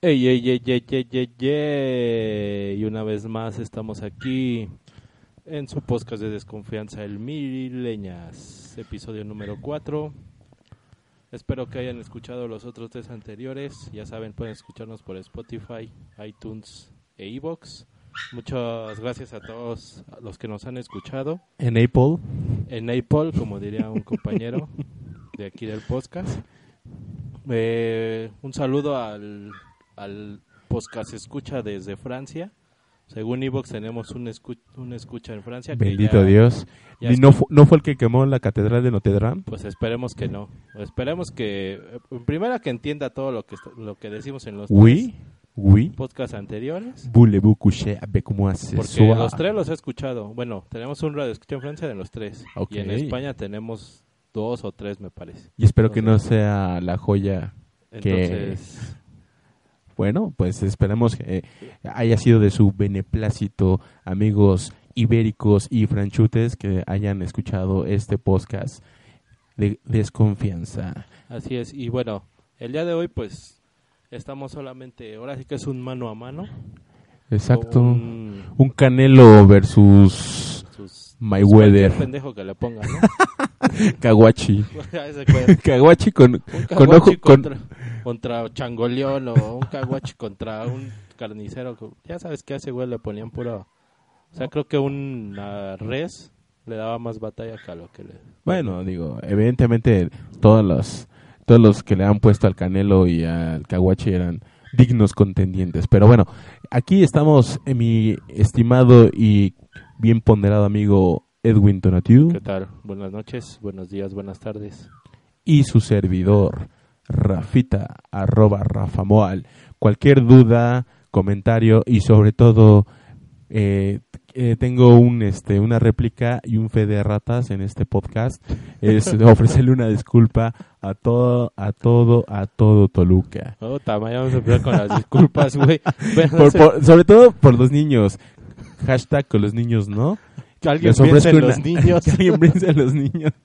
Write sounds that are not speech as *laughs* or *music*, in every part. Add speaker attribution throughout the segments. Speaker 1: Ey, ey, ey, ey, ey, ey, ey. Y una vez más estamos aquí en su podcast de desconfianza, el Mileñas, episodio número 4. Espero que hayan escuchado los otros tres anteriores. Ya saben, pueden escucharnos por Spotify, iTunes e iBox. Muchas gracias a todos los que nos han escuchado.
Speaker 2: En Apple.
Speaker 1: En Apple, como diría un compañero de aquí del podcast. Eh, un saludo al al podcast escucha desde Francia. Según Evox tenemos un, escu un escucha en Francia. que
Speaker 2: Bendito
Speaker 1: ya-
Speaker 2: Dios.
Speaker 1: ya
Speaker 2: Y no, fu- no fue el que quemó la catedral de Notre Dame.
Speaker 1: Pues esperemos que no. Esperemos que, eh, en primera que entienda todo lo que, est- lo que decimos en los
Speaker 2: Oui, oui.
Speaker 1: tres podcasts anteriores.
Speaker 2: Voulez-vous coucher avec moi ce
Speaker 1: Porque
Speaker 2: soir?
Speaker 1: los tres los he escuchado. Bueno, tenemos un radio escucha en Francia de los tres.
Speaker 2: Ok.
Speaker 1: Y en España tenemos dos o tres, me parece.
Speaker 2: Y espero que no sea la joya. Que-
Speaker 1: Entonces,
Speaker 2: Bueno, pues esperemos que haya sido de su beneplácito, amigos ibéricos y franchutes que hayan escuchado este podcast de desconfianza.
Speaker 1: así es. Y bueno, el día de hoy pues estamos solamente, ahora sí que es un mano a mano.
Speaker 2: Exacto. Un,
Speaker 1: Un-
Speaker 2: Canelo versus *laughs*
Speaker 1: sus
Speaker 2: Mayweather.
Speaker 1: cualquier pendejo que le ponga, ¿no?
Speaker 2: *laughs*
Speaker 1: *laughs*
Speaker 2: Kawachi. *laughs*
Speaker 1: A ese güey.
Speaker 2: Kawachi con,
Speaker 1: Un
Speaker 2: Con ojo-
Speaker 1: caguachi
Speaker 2: con-
Speaker 1: contra, contra Changoleón o un caguachi contra un carnicero. que- Ya sabes que a ese güey le ponían puro... O sea, creo que una res le daba más batalla que a lo que le...
Speaker 2: Bueno, digo, evidentemente todos los, todos los que le han puesto al Canelo y al Caguache eran dignos contendientes. Pero bueno, aquí estamos eh, mi estimado y bien ponderado amigo Edwin Tonatiu
Speaker 1: ¿Qué tal? Buenas noches, buenos días, buenas tardes.
Speaker 2: y su servidor Rafita arroba Rafa Moal. Cualquier duda, comentario y sobre todo eh, eh, tengo un este una réplica y un fe de ratas en este podcast es ofrecerle una disculpa a todo a todo a todo Toluca.
Speaker 1: *laughs* Oh, tama, ya vamos a empezar con las disculpas, güey. Bueno,
Speaker 2: *laughs* Por-
Speaker 1: ese-
Speaker 2: por- sobre todo por los niños. Hashtag con los niños, ¿no?
Speaker 1: que alguien
Speaker 2: les
Speaker 1: piense
Speaker 2: ofrezco
Speaker 1: en
Speaker 2: una-
Speaker 1: los niños.
Speaker 2: *laughs* que alguien piense en los niños. *laughs*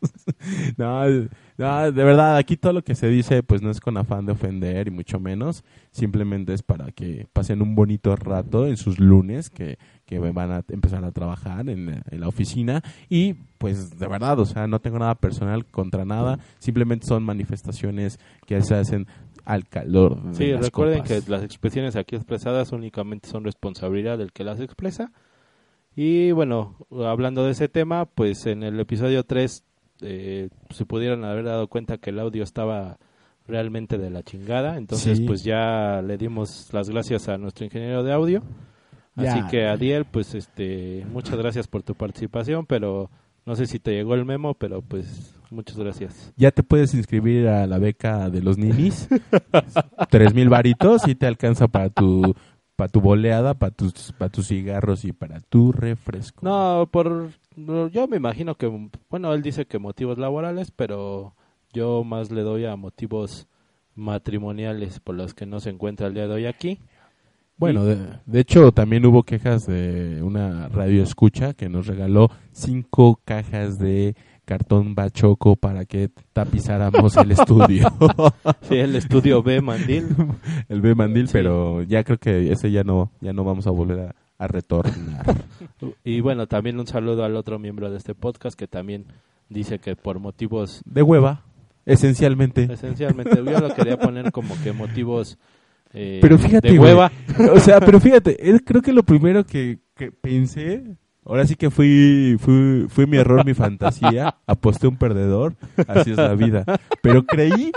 Speaker 2: No, no, de verdad, aquí todo lo que se dice, pues no es con afán de ofender y mucho menos. Simplemente es para que pasen un bonito rato en sus lunes que, que van a empezar a trabajar en, la- en la oficina. Y pues de verdad, o sea, no tengo nada personal contra nada. Simplemente son manifestaciones que se hacen al calor. de
Speaker 1: Sí,
Speaker 2: las
Speaker 1: recuerden
Speaker 2: copas.
Speaker 1: que las expresiones aquí expresadas únicamente son responsabilidad del que las expresa. Y bueno, hablando de ese tema, pues en el episodio 3 eh, se pudieron haber dado cuenta que el audio estaba realmente de la chingada. Entonces,
Speaker 2: Sí.
Speaker 1: pues ya le dimos las gracias a nuestro ingeniero de audio. Así
Speaker 2: Ya.
Speaker 1: que, Adiel, pues este, muchas gracias por tu participación, pero no sé si te llegó el memo, pero pues muchas gracias.
Speaker 2: ya te puedes inscribir a la beca de los ninis. Tres mil varitos y te alcanza para tu para tu boleada, para tus para tus cigarros y para tu refresco.
Speaker 1: No, por no, yo me imagino que bueno, él dice que motivos laborales, pero yo más le doy a motivos matrimoniales por los que no se encuentra el día de hoy aquí.
Speaker 2: Bueno, de, de hecho también hubo quejas de una radio escucha que nos regaló cinco cajas de cartón bachoco para que tapizáramos el estudio,
Speaker 1: *laughs* Sí, el estudio B
Speaker 2: *laughs*
Speaker 1: Mandil.
Speaker 2: el B mandil,
Speaker 1: Sí.
Speaker 2: pero ya creo que ese ya no ya no vamos a volver a, a retornar.
Speaker 1: Y bueno, también un saludo al otro miembro de este podcast que también dice que por motivos
Speaker 2: De hueva, esencialmente.
Speaker 1: esencialmente yo lo quería poner como que motivos eh,
Speaker 2: Pero fíjate,
Speaker 1: de
Speaker 2: güey.
Speaker 1: hueva.
Speaker 2: *laughs* O sea, pero fíjate, es- creo que lo primero que, que pensé, ahora sí que fui, fui, fui mi error, mi fantasía, *laughs* aposté un perdedor, así es la vida. Pero creí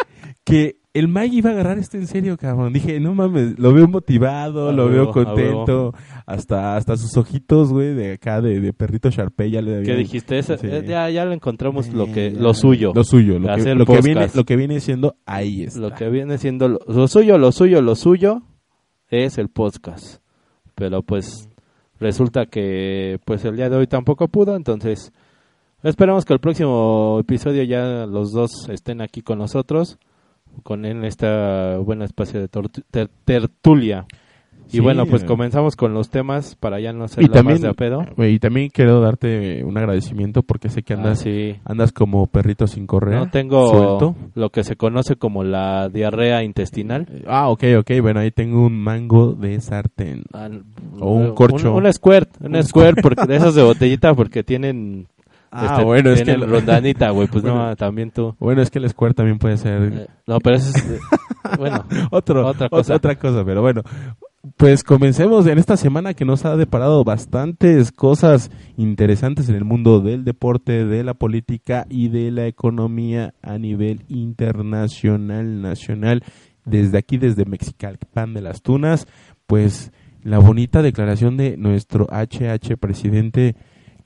Speaker 2: que el Mike iba a agarrar esto en serio, cabrón. Dije, no mames, lo veo motivado,
Speaker 1: A
Speaker 2: lo
Speaker 1: Ah, huevo,
Speaker 2: veo
Speaker 1: a
Speaker 2: contento, hasta, hasta sus ojitos, güey, de acá, de, de perrito Sharpey, ya le
Speaker 1: ¿Qué
Speaker 2: habían-
Speaker 1: dijiste? Ese-
Speaker 2: Sí.
Speaker 1: eh, ya ya lo encontramos lo que
Speaker 2: Eh,
Speaker 1: lo suyo.
Speaker 2: Lo suyo, lo, que,
Speaker 1: Hacer
Speaker 2: lo que viene,
Speaker 1: podcast.
Speaker 2: lo que viene siendo ahí está.
Speaker 1: Lo que viene siendo lo, lo suyo, lo suyo, lo suyo es el podcast. Pero pues resulta que pues el día de hoy tampoco pudo, entonces esperamos que el próximo episodio ya los dos estén aquí con nosotros con en esta buena espacio de tortu- ter- tertulia.
Speaker 2: Sí,
Speaker 1: y bueno, pues
Speaker 2: eh.
Speaker 1: comenzamos con los temas para ya no
Speaker 2: Y
Speaker 1: hacerla
Speaker 2: también,
Speaker 1: más de a pedo.
Speaker 2: güey, y también quiero darte un agradecimiento porque sé que
Speaker 1: Ah,
Speaker 2: andas,
Speaker 1: sí.
Speaker 2: andas como perrito sin correa.
Speaker 1: No tengo
Speaker 2: Suelto.
Speaker 1: lo que se conoce como la diarrea intestinal.
Speaker 2: Eh, Ah, ok, ok. Bueno, ahí tengo un mango de sartén.
Speaker 1: Ah,
Speaker 2: O un corcho.
Speaker 1: Un, un squirt, un,
Speaker 2: Un
Speaker 1: squirt, porque de esas de botellita porque tienen,
Speaker 2: Ah,
Speaker 1: este, tienen
Speaker 2: lo-
Speaker 1: *laughs* rondanita, güey, pues
Speaker 2: *laughs* Bueno.
Speaker 1: no, también tú.
Speaker 2: Bueno, es que el square también puede ser
Speaker 1: Eh, No, pero eso es, eh,
Speaker 2: *laughs*
Speaker 1: bueno,
Speaker 2: otro,
Speaker 1: otra cosa.
Speaker 2: otra, cosa. otra cosa, pero bueno. Pues comencemos en esta semana que nos ha deparado bastantes cosas interesantes en el mundo del deporte, de la política y de la economía a nivel internacional, nacional. Desde aquí, desde Mexicalpan de las Tunas, pues la bonita declaración de nuestro HH presidente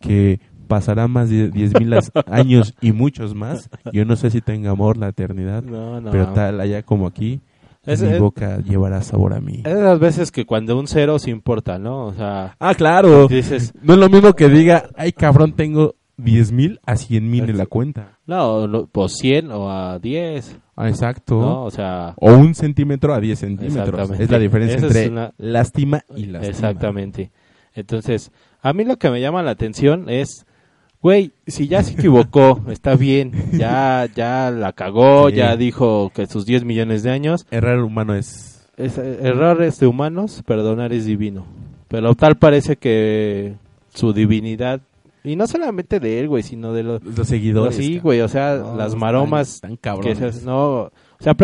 Speaker 2: que pasará más de
Speaker 1: *laughs*
Speaker 2: 10.000 años y muchos más. Yo no sé si tenga amor la eternidad,
Speaker 1: no, no.
Speaker 2: pero tal allá como aquí,
Speaker 1: Es-
Speaker 2: mi
Speaker 1: es-
Speaker 2: boca llevará sabor a mí.
Speaker 1: es de las veces que cuando un cero se importa, ¿no? O sea,
Speaker 2: ah, claro.
Speaker 1: dices,
Speaker 2: No es lo mismo que diga, ay cabrón, tengo 10.000 a 100.000 en la cuenta.
Speaker 1: no, no, o 100 o a 10,
Speaker 2: Ah, exacto.
Speaker 1: ¿no? O sea,
Speaker 2: O un centímetro a 10 centímetros.
Speaker 1: Exactamente.
Speaker 2: Es la diferencia
Speaker 1: Esa es
Speaker 2: entre
Speaker 1: una-
Speaker 2: lástima y lástima.
Speaker 1: Exactamente. Entonces, a mí lo que me llama la atención es, güey, si ya se
Speaker 2: *laughs*
Speaker 1: equivocó, está bien, ya, ya la cagó,
Speaker 2: Sí.
Speaker 1: ya dijo que sus 10 millones de años,
Speaker 2: Errar humano es...
Speaker 1: es- errores de humanos, perdonar es divino. Pero tal parece que su divinidad, y no solamente de él, güey, sino de los...
Speaker 2: Los seguidores.
Speaker 1: sí,
Speaker 2: cabrón.
Speaker 1: güey, o sea,
Speaker 2: No,
Speaker 1: las
Speaker 2: están-
Speaker 1: maromas
Speaker 2: están
Speaker 1: que
Speaker 2: cabrones.
Speaker 1: se- no, o sea,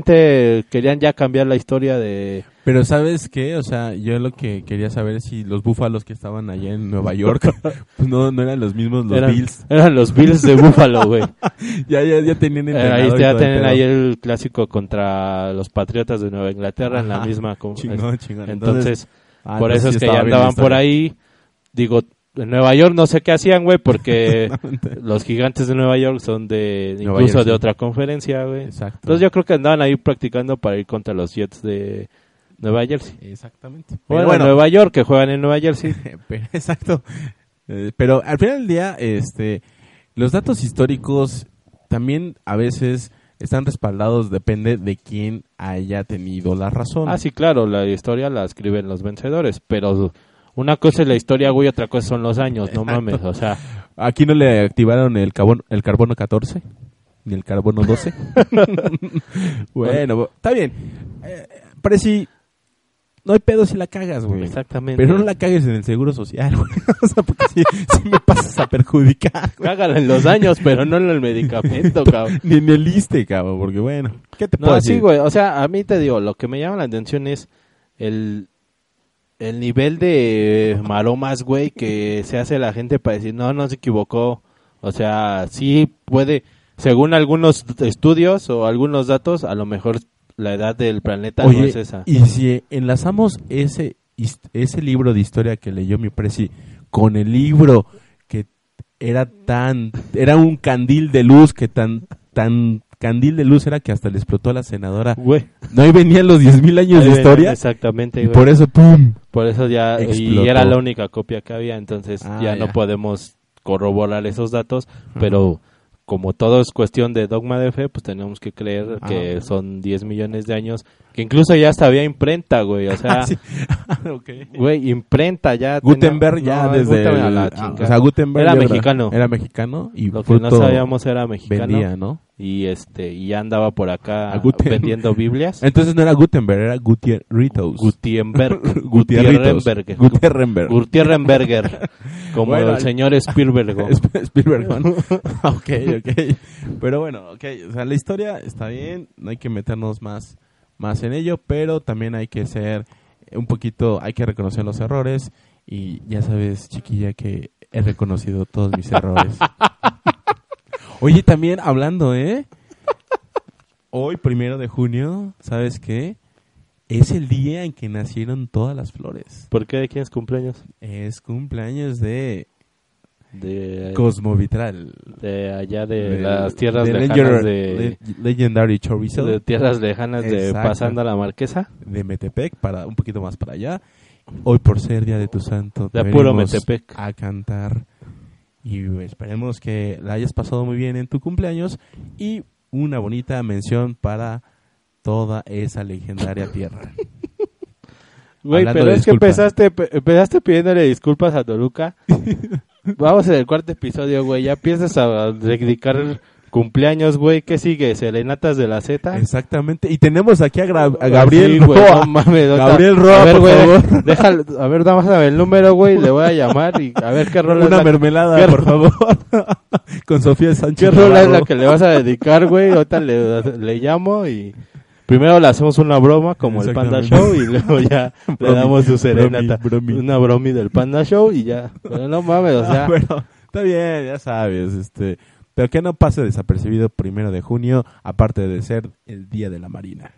Speaker 1: prácticamente querían ya cambiar la historia de
Speaker 2: Pero ¿sabes qué? O sea, yo lo que quería saber es si los búfalos que estaban allá en
Speaker 1: *laughs*
Speaker 2: Nueva York pues no, no eran los mismos los
Speaker 1: eran,
Speaker 2: Bills.
Speaker 1: eran los Bills de Búfalo,
Speaker 2: *laughs*
Speaker 1: güey.
Speaker 2: Ya, ya, ya tenían
Speaker 1: Eh,
Speaker 2: entrenador
Speaker 1: ahí
Speaker 2: y
Speaker 1: ya
Speaker 2: todo el
Speaker 1: tienen
Speaker 2: pedo.
Speaker 1: ahí el clásico contra los Patriotas de Nueva Inglaterra en la
Speaker 2: Ajá.
Speaker 1: misma. con-
Speaker 2: Chingón, chingón.
Speaker 1: Pues, Entonces,
Speaker 2: ah,
Speaker 1: por
Speaker 2: entonces
Speaker 1: eso
Speaker 2: sí
Speaker 1: es que
Speaker 2: estaba
Speaker 1: ya
Speaker 2: bien la
Speaker 1: andaban por
Speaker 2: historia.
Speaker 1: *laughs* ahí. Digo, en Nueva York no sé qué hacían, güey,
Speaker 2: eh.
Speaker 1: porque
Speaker 2: *laughs*
Speaker 1: los gigantes de Nueva York son de
Speaker 2: Nueva
Speaker 1: incluso
Speaker 2: York,
Speaker 1: de
Speaker 2: sí.
Speaker 1: otra conferencia, güey.
Speaker 2: Exacto.
Speaker 1: Entonces yo creo que andaban ahí practicando para ir contra los Jets de Nueva Jersey.
Speaker 2: Exactamente.
Speaker 1: Bueno,
Speaker 2: Pero bueno,
Speaker 1: Nueva York, que juegan en Nueva Jersey.
Speaker 2: *laughs* pero- exacto. Eh, Pero al final del día, este, los datos históricos también a veces están respaldados, depende de quién haya tenido la razón.
Speaker 1: Ah, sí, claro, la historia la escriben los vencedores, pero una cosa es la historia, güey, otra cosa son los años, no mames, o sea...
Speaker 2: Aquí no le activaron el, cabón- el carbono 14 ni el carbono 12. *laughs* bueno, bo- está bien. Eh, Preci, no hay pedo si la cagas, güey.
Speaker 1: Exactamente.
Speaker 2: Pero no la cagues en el seguro social, *laughs* güey. O sea, porque si, si me pasas a perjudicar, güey.
Speaker 1: Cágala en los años, pero no en el
Speaker 2: *laughs*
Speaker 1: medicamento, cabrón.
Speaker 2: Ni en el ISSSTE, cabrón, porque bueno. ¿Qué te puedo
Speaker 1: No, sí,
Speaker 2: decir?
Speaker 1: güey. O sea, a mí te digo, lo que me llama la atención es el, el nivel de maromas, güey, que se hace la gente para decir, no, no se equivocó. O sea, sí puede, según algunos estudios o algunos datos, a lo mejor la edad del planeta no
Speaker 2: Oye,
Speaker 1: es esa.
Speaker 2: y si enlazamos ese, his- ese libro de historia que leyó mi presi con el libro que era tan, era un candil de luz que tan, tan candil de luz era que hasta le explotó a la senadora.
Speaker 1: Güey.
Speaker 2: No, ahí venían los 10.000 años
Speaker 1: Ahí
Speaker 2: de
Speaker 1: ven,
Speaker 2: historia.
Speaker 1: Exactamente,
Speaker 2: Y
Speaker 1: güey.
Speaker 2: por eso, ¡pum!
Speaker 1: Por eso ya,
Speaker 2: Explotó.
Speaker 1: y era la única copia que había, entonces
Speaker 2: Ah,
Speaker 1: ya,
Speaker 2: ya.
Speaker 1: no podemos corroborar esos datos, pero como todo es cuestión de dogma de fe, pues tenemos que creer
Speaker 2: Ah.
Speaker 1: que son 10 millones de años, que incluso ya hasta había imprenta, güey,
Speaker 2: *laughs*
Speaker 1: o sea,
Speaker 2: Ah, Sí.
Speaker 1: güey, imprenta ya. tenía-
Speaker 2: Gutenberg ya
Speaker 1: No,
Speaker 2: desde...
Speaker 1: Gutenberg a la
Speaker 2: el- ah,
Speaker 1: chingada.
Speaker 2: o sea, Gutenberg
Speaker 1: Era
Speaker 2: ya
Speaker 1: mexicano.
Speaker 2: Era mexicano y
Speaker 1: Lo que no
Speaker 2: fruto
Speaker 1: sabíamos era mexicano
Speaker 2: vendía, ¿no?
Speaker 1: y este y ya andaba por acá
Speaker 2: A Guten-
Speaker 1: vendiendo Biblias.
Speaker 2: *laughs* Entonces no era Gutenberg, era Gutierritos.
Speaker 1: Gutiérrez
Speaker 2: *laughs* Gutierritos.
Speaker 1: Gutierrenberg.
Speaker 2: Gutierrenberg.
Speaker 1: Gutierrenberger, como
Speaker 2: Bueno,
Speaker 1: el
Speaker 2: al-
Speaker 1: señor Spielberg.
Speaker 2: *laughs* Sp- Spielberg, ¿no? *laughs* ok, ok. Pero bueno, ok. O sea, la historia está bien. No hay que meternos más, más en ello. Pero también hay que ser un poquito. Hay que reconocer los errores. Y ya sabes, chiquilla, que he reconocido todos mis errores. Oye, también hablando, ¿eh? Hoy, primero de junio, ¿sabes qué? Es el día en que nacieron todas las flores.
Speaker 1: ¿Por qué de quién es cumpleaños?
Speaker 2: Es cumpleaños de
Speaker 1: De,
Speaker 2: Cosmovitral.
Speaker 1: de allá de,
Speaker 2: Del-
Speaker 1: las tierras
Speaker 2: de
Speaker 1: lejanas
Speaker 2: Lenger-
Speaker 1: de,
Speaker 2: Le- Legendary Chorizo
Speaker 1: de
Speaker 2: de,
Speaker 1: tierras lejanas de
Speaker 2: Exacto.
Speaker 1: pasando a la Marquesa,
Speaker 2: Metepec para un poquito más para allá. Hoy por ser día de tu santo te
Speaker 1: de puro
Speaker 2: venimos
Speaker 1: Metepec.
Speaker 2: a cantar y esperemos que la hayas pasado muy bien en tu cumpleaños y una bonita mención para toda esa legendaria tierra.
Speaker 1: Güey,
Speaker 2: Hablando
Speaker 1: pero
Speaker 2: de
Speaker 1: es que
Speaker 2: disculpa.
Speaker 1: empezaste, pe- empezaste pidiéndole disculpas a *laughs* Toluca. Vamos en el cuarto episodio, güey. Ya empiezas a reivindicar cumpleaños, güey. ¿Qué sigue? ¿Serenatas de la Z?
Speaker 2: Exactamente. Y tenemos aquí a, Gra- a
Speaker 1: Sí,
Speaker 2: Gabriel
Speaker 1: güey,
Speaker 2: Roa.
Speaker 1: no mames, o sea,
Speaker 2: Gabriel Roa,
Speaker 1: a ver,
Speaker 2: por
Speaker 1: güey,
Speaker 2: favor.
Speaker 1: déjalo- a ver, nada más a ver el número, güey. Le voy a llamar y a *laughs* ver qué rola, es
Speaker 2: Una
Speaker 1: la,
Speaker 2: mermelada,
Speaker 1: qué
Speaker 2: por favor. *laughs* Con Sofía
Speaker 1: qué
Speaker 2: Sánchez.
Speaker 1: rola es la
Speaker 2: Navarro.
Speaker 1: que le vas a dedicar, güey. Ahorita le, le llamo y primero le hacemos una broma como el Panda Show
Speaker 2: Exactamente.
Speaker 1: y luego
Speaker 2: *laughs*
Speaker 1: ya le
Speaker 2: Bromi,
Speaker 1: damos su serenata.
Speaker 2: bromi, bromi.
Speaker 1: Una bromi del Panda Show y ya. Pero no mames, o sea.
Speaker 2: *laughs* Ah, pero está bien, ya sabes, este, pero que no pase desapercibido primero de junio, aparte de ser el día de la Marina.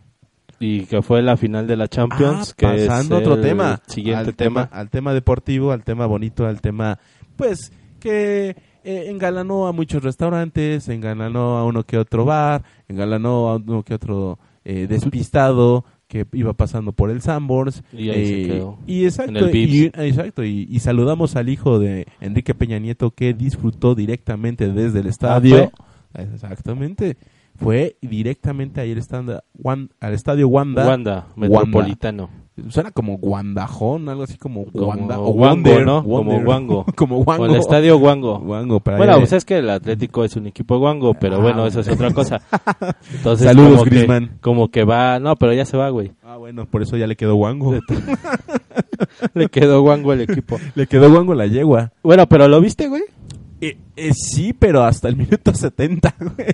Speaker 1: Y que fue la final de la Champions.
Speaker 2: Ah,
Speaker 1: que es
Speaker 2: pasando a otro
Speaker 1: el
Speaker 2: tema,
Speaker 1: Siguiente
Speaker 2: al
Speaker 1: tema.
Speaker 2: al tema deportivo, al tema bonito, al tema, pues que eh, engalanó a muchos restaurantes, engalanó a uno que otro bar, engalanó a uno que otro eh, despistado que iba pasando por el Sambors
Speaker 1: Y ahí se
Speaker 2: eh,
Speaker 1: quedó.
Speaker 2: y exacto,
Speaker 1: En el Vips.
Speaker 2: y, exacto y, y saludamos al hijo de Enrique Peña Nieto que disfrutó directamente desde el estadio. Exactamente. Fue directamente ahí al estanda- Wan- al estadio Wanda.
Speaker 1: Wanda, Metropolitano.
Speaker 2: Suena como Guandajón, algo así como,
Speaker 1: Como
Speaker 2: Wanda.
Speaker 1: Wango,
Speaker 2: Wonder,
Speaker 1: ¿no?
Speaker 2: Wonder.
Speaker 1: Como Wango.
Speaker 2: *laughs* como
Speaker 1: O
Speaker 2: Wango.
Speaker 1: el Estadio Wango.
Speaker 2: Wango, para
Speaker 1: Bueno,
Speaker 2: allá.
Speaker 1: pues es que el Atlético es un equipo guango, pero
Speaker 2: Ah,
Speaker 1: bueno, eso es otra
Speaker 2: *laughs*
Speaker 1: cosa. Entonces,
Speaker 2: Saludos,
Speaker 1: como que-
Speaker 2: Griezmann.
Speaker 1: como que va, no, pero ya se va, güey. *laughs*
Speaker 2: Ah, bueno, por eso ya le quedó Wango. *laughs*
Speaker 1: Le quedó guango el equipo.
Speaker 2: le quedó Wango la yegua.
Speaker 1: Bueno, pero ¿lo viste, güey?
Speaker 2: Eh, eh, sí, pero hasta el minuto 70, güey.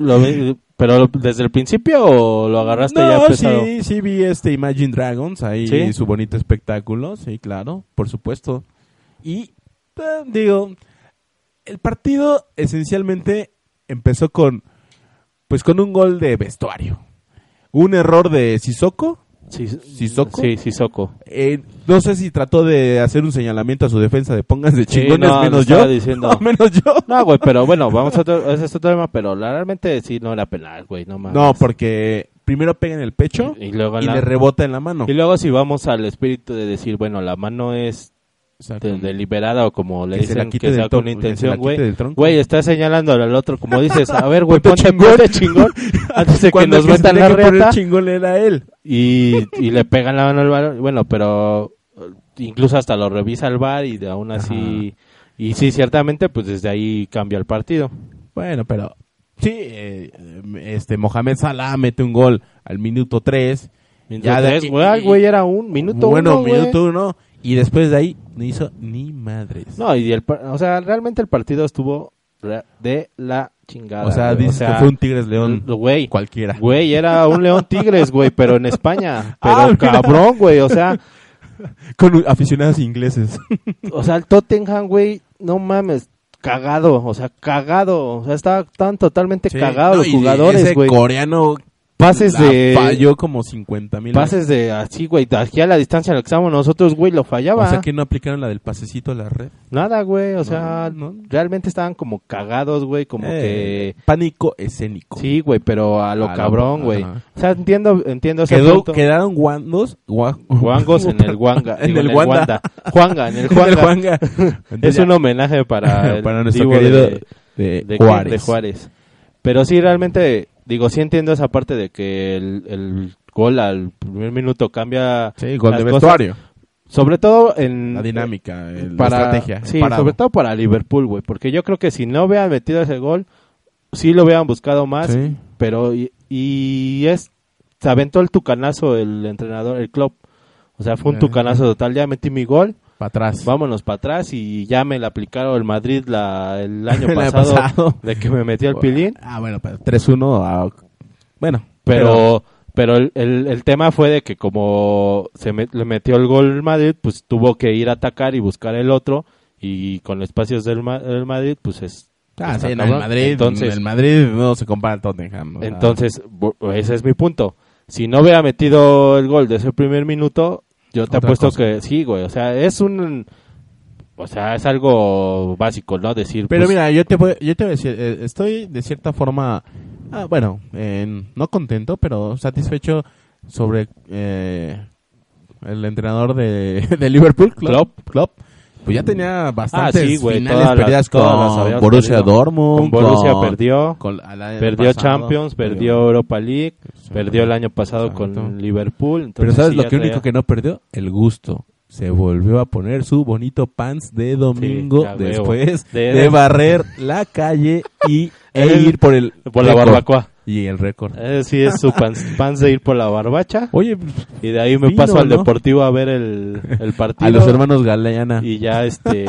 Speaker 1: ¿Lo vi- ¿Pero desde el principio o lo agarraste ya
Speaker 2: No,
Speaker 1: empezado?
Speaker 2: sí, sí vi este Imagine Dragons ahí
Speaker 1: ¿Sí?
Speaker 2: su bonito espectáculo, sí, claro, por supuesto. Y eh, digo, el partido esencialmente empezó con pues con un gol de vestuario. Un error de Sissoko.
Speaker 1: Sí,
Speaker 2: ¿Sissoko?
Speaker 1: Sí, Sissoko.
Speaker 2: Eh, no sé si trató de hacer un señalamiento a su defensa de pongas de
Speaker 1: Sí,
Speaker 2: chingones
Speaker 1: no, lo
Speaker 2: menos
Speaker 1: estaba
Speaker 2: yo.
Speaker 1: diciendo.
Speaker 2: *laughs* No, menos yo.
Speaker 1: No, güey, pero bueno, vamos a otro, ese es otro tema, pero la- realmente sí no era penal, güey, no mames.
Speaker 2: No, porque primero pega en el pecho
Speaker 1: Y luego
Speaker 2: y
Speaker 1: la-
Speaker 2: le rebota en la mano.
Speaker 1: Y luego si vamos al espíritu de decir, bueno, la mano es de-
Speaker 2: Exactamente.
Speaker 1: deliberada o como le
Speaker 2: Que se la
Speaker 1: dicen
Speaker 2: quite
Speaker 1: que
Speaker 2: del
Speaker 1: sea con
Speaker 2: tronco, que se la
Speaker 1: intención,
Speaker 2: quite
Speaker 1: güey.
Speaker 2: del tronco.
Speaker 1: Güey, está señalando al otro, como dices, a ver, güey,
Speaker 2: Ponte
Speaker 1: ponte,
Speaker 2: chingón.
Speaker 1: chingón. chingón antes de que
Speaker 2: Cuando
Speaker 1: nos
Speaker 2: el que se
Speaker 1: metan
Speaker 2: tenía
Speaker 1: la
Speaker 2: que poner
Speaker 1: reata
Speaker 2: chingón era él.
Speaker 1: y, y le pegan la mano al bar. Bueno, pero eh, incluso hasta lo revisa el bar y de- aún así... Y sí, ciertamente, pues desde ahí cambia el partido.
Speaker 2: Bueno, pero sí, eh, este Mohamed Salah mete un gol al minuto 3.
Speaker 1: Mientras
Speaker 2: de
Speaker 1: tres,
Speaker 2: aquí-
Speaker 1: güey, güey, era un minuto
Speaker 2: bueno,
Speaker 1: uno, güey.
Speaker 2: minuto 1 y después de ahí no hizo ni madres.
Speaker 1: No, y el, par- o sea, realmente el partido estuvo re- de la chingada.
Speaker 2: o sea,
Speaker 1: güey.
Speaker 2: dice que fue un Tigres León
Speaker 1: l- Güey,
Speaker 2: cualquiera.
Speaker 1: güey, era un León Tigres, güey, pero en
Speaker 2: *laughs*
Speaker 1: España. Pero
Speaker 2: Ah, mira.
Speaker 1: cabrón, güey, o sea,
Speaker 2: Con aficionados ingleses.
Speaker 1: o sea, el Tottenham, güey, no mames, cagado, o sea, cagado, o sea, estaba tan totalmente cagado los jugadores, güey.
Speaker 2: coreano
Speaker 1: Pases de
Speaker 2: falló como 50 mil.
Speaker 1: pases de así, güey, de aquí a la distancia en la que estábamos nosotros, güey, lo fallaba.
Speaker 2: O sea que no aplicaron la del pasecito a la red.
Speaker 1: Nada, güey, o sea,
Speaker 2: no.
Speaker 1: realmente estaban como cagados, güey, como
Speaker 2: Eh,
Speaker 1: que
Speaker 2: pánico escénico.
Speaker 1: Sí, güey, pero a lo
Speaker 2: A lo-
Speaker 1: cabrón, güey.
Speaker 2: ajá.
Speaker 1: O sea, entiendo, entiendo ese
Speaker 2: Quedó,
Speaker 1: punto.
Speaker 2: quedaron guangos, gua-
Speaker 1: Guangos en el Wanga.
Speaker 2: *laughs* en,
Speaker 1: digo,
Speaker 2: el Wanda.
Speaker 1: Juanga, en el
Speaker 2: *laughs* En el
Speaker 1: Juanga.
Speaker 2: Juanga.
Speaker 1: *laughs* Es un homenaje para, el
Speaker 2: *laughs* para nuestro
Speaker 1: Divo
Speaker 2: querido
Speaker 1: de,
Speaker 2: de,
Speaker 1: de-
Speaker 2: Juárez.
Speaker 1: de Juárez. Pero sí, realmente, digo, sí entiendo esa parte de que el, el gol al primer minuto cambia.
Speaker 2: Sí, gol
Speaker 1: las
Speaker 2: de
Speaker 1: cosas.
Speaker 2: vestuario.
Speaker 1: Sobre todo en. eh,
Speaker 2: La dinámica, el-
Speaker 1: para,
Speaker 2: la estrategia.
Speaker 1: Sí,
Speaker 2: parado.
Speaker 1: sobre todo para Liverpool, güey. Porque yo creo que si no hubieran metido ese gol, sí lo hubieran buscado más.
Speaker 2: Sí.
Speaker 1: pero y, y es se aventó el tucanazo el entrenador el club o sea fue un
Speaker 2: Eh.
Speaker 1: tucanazo total ya metí mi gol
Speaker 2: Para atrás.
Speaker 1: vámonos para atrás y ya me la aplicaron el Madrid la, el año
Speaker 2: *laughs* El año
Speaker 1: pasado,
Speaker 2: pasado.
Speaker 1: de que me metió el pilín
Speaker 2: Ah, bueno, pero 3-1. ah, bueno,
Speaker 1: pero pero el, el- el tema fue de que como se me- le metió el gol el Madrid pues tuvo que ir a atacar y buscar el otro y con espacios del, Ma- del Madrid pues es
Speaker 2: Ah,
Speaker 1: está
Speaker 2: sí, en el
Speaker 1: cabrón.
Speaker 2: Madrid,
Speaker 1: Entonces-
Speaker 2: el Madrid no se compara al Tottenham. o sea.
Speaker 1: Entonces, bu- ese es mi punto. Si no hubiera metido el gol de ese primer minuto, yo te
Speaker 2: Otra
Speaker 1: apuesto
Speaker 2: cosa.
Speaker 1: que sí, güey. O sea, es un. O sea, es algo básico, ¿no? Decir.
Speaker 2: Pero
Speaker 1: pues,
Speaker 2: mira, yo te, voy, yo te voy a decir, eh, estoy de cierta forma, ah, bueno, en- no contento, pero satisfecho *laughs* sobre eh, el entrenador de, de Liverpool, Klopp, Klopp, Pues ya tenía bastantes
Speaker 1: Ah, sí, güey,
Speaker 2: finales
Speaker 1: todas las-
Speaker 2: perdidas
Speaker 1: todas las
Speaker 2: con
Speaker 1: habíamos
Speaker 2: Borussia
Speaker 1: perdido.
Speaker 2: Dortmund.
Speaker 1: Con Borussia perdió,
Speaker 2: con- al año
Speaker 1: perdió
Speaker 2: pasado,
Speaker 1: Champions, perdió Europa League, perdió el año pasado
Speaker 2: Exacto.
Speaker 1: con Liverpool.
Speaker 2: Pero
Speaker 1: entonces
Speaker 2: ¿sabes
Speaker 1: sí,
Speaker 2: lo
Speaker 1: ya
Speaker 2: que
Speaker 1: traía-
Speaker 2: único que no perdió? El gusto. Se volvió a poner su bonito pants de domingo
Speaker 1: Sí, ya veo.
Speaker 2: después de,
Speaker 1: De- *laughs*
Speaker 2: barrer la calle y e
Speaker 1: El-
Speaker 2: ir por el
Speaker 1: Por la
Speaker 2: récord.
Speaker 1: barbacoa.
Speaker 2: Y el récord.
Speaker 1: Eh, sí, es su
Speaker 2: *laughs*
Speaker 1: pan- pants de ir por la barbacha.
Speaker 2: Oye, pues,
Speaker 1: Y de ahí me
Speaker 2: Vino,
Speaker 1: paso al
Speaker 2: ¿no?
Speaker 1: deportivo a ver el, el partido.
Speaker 2: a los hermanos Galeana. Y,
Speaker 1: Y ya
Speaker 2: *laughs*
Speaker 1: este.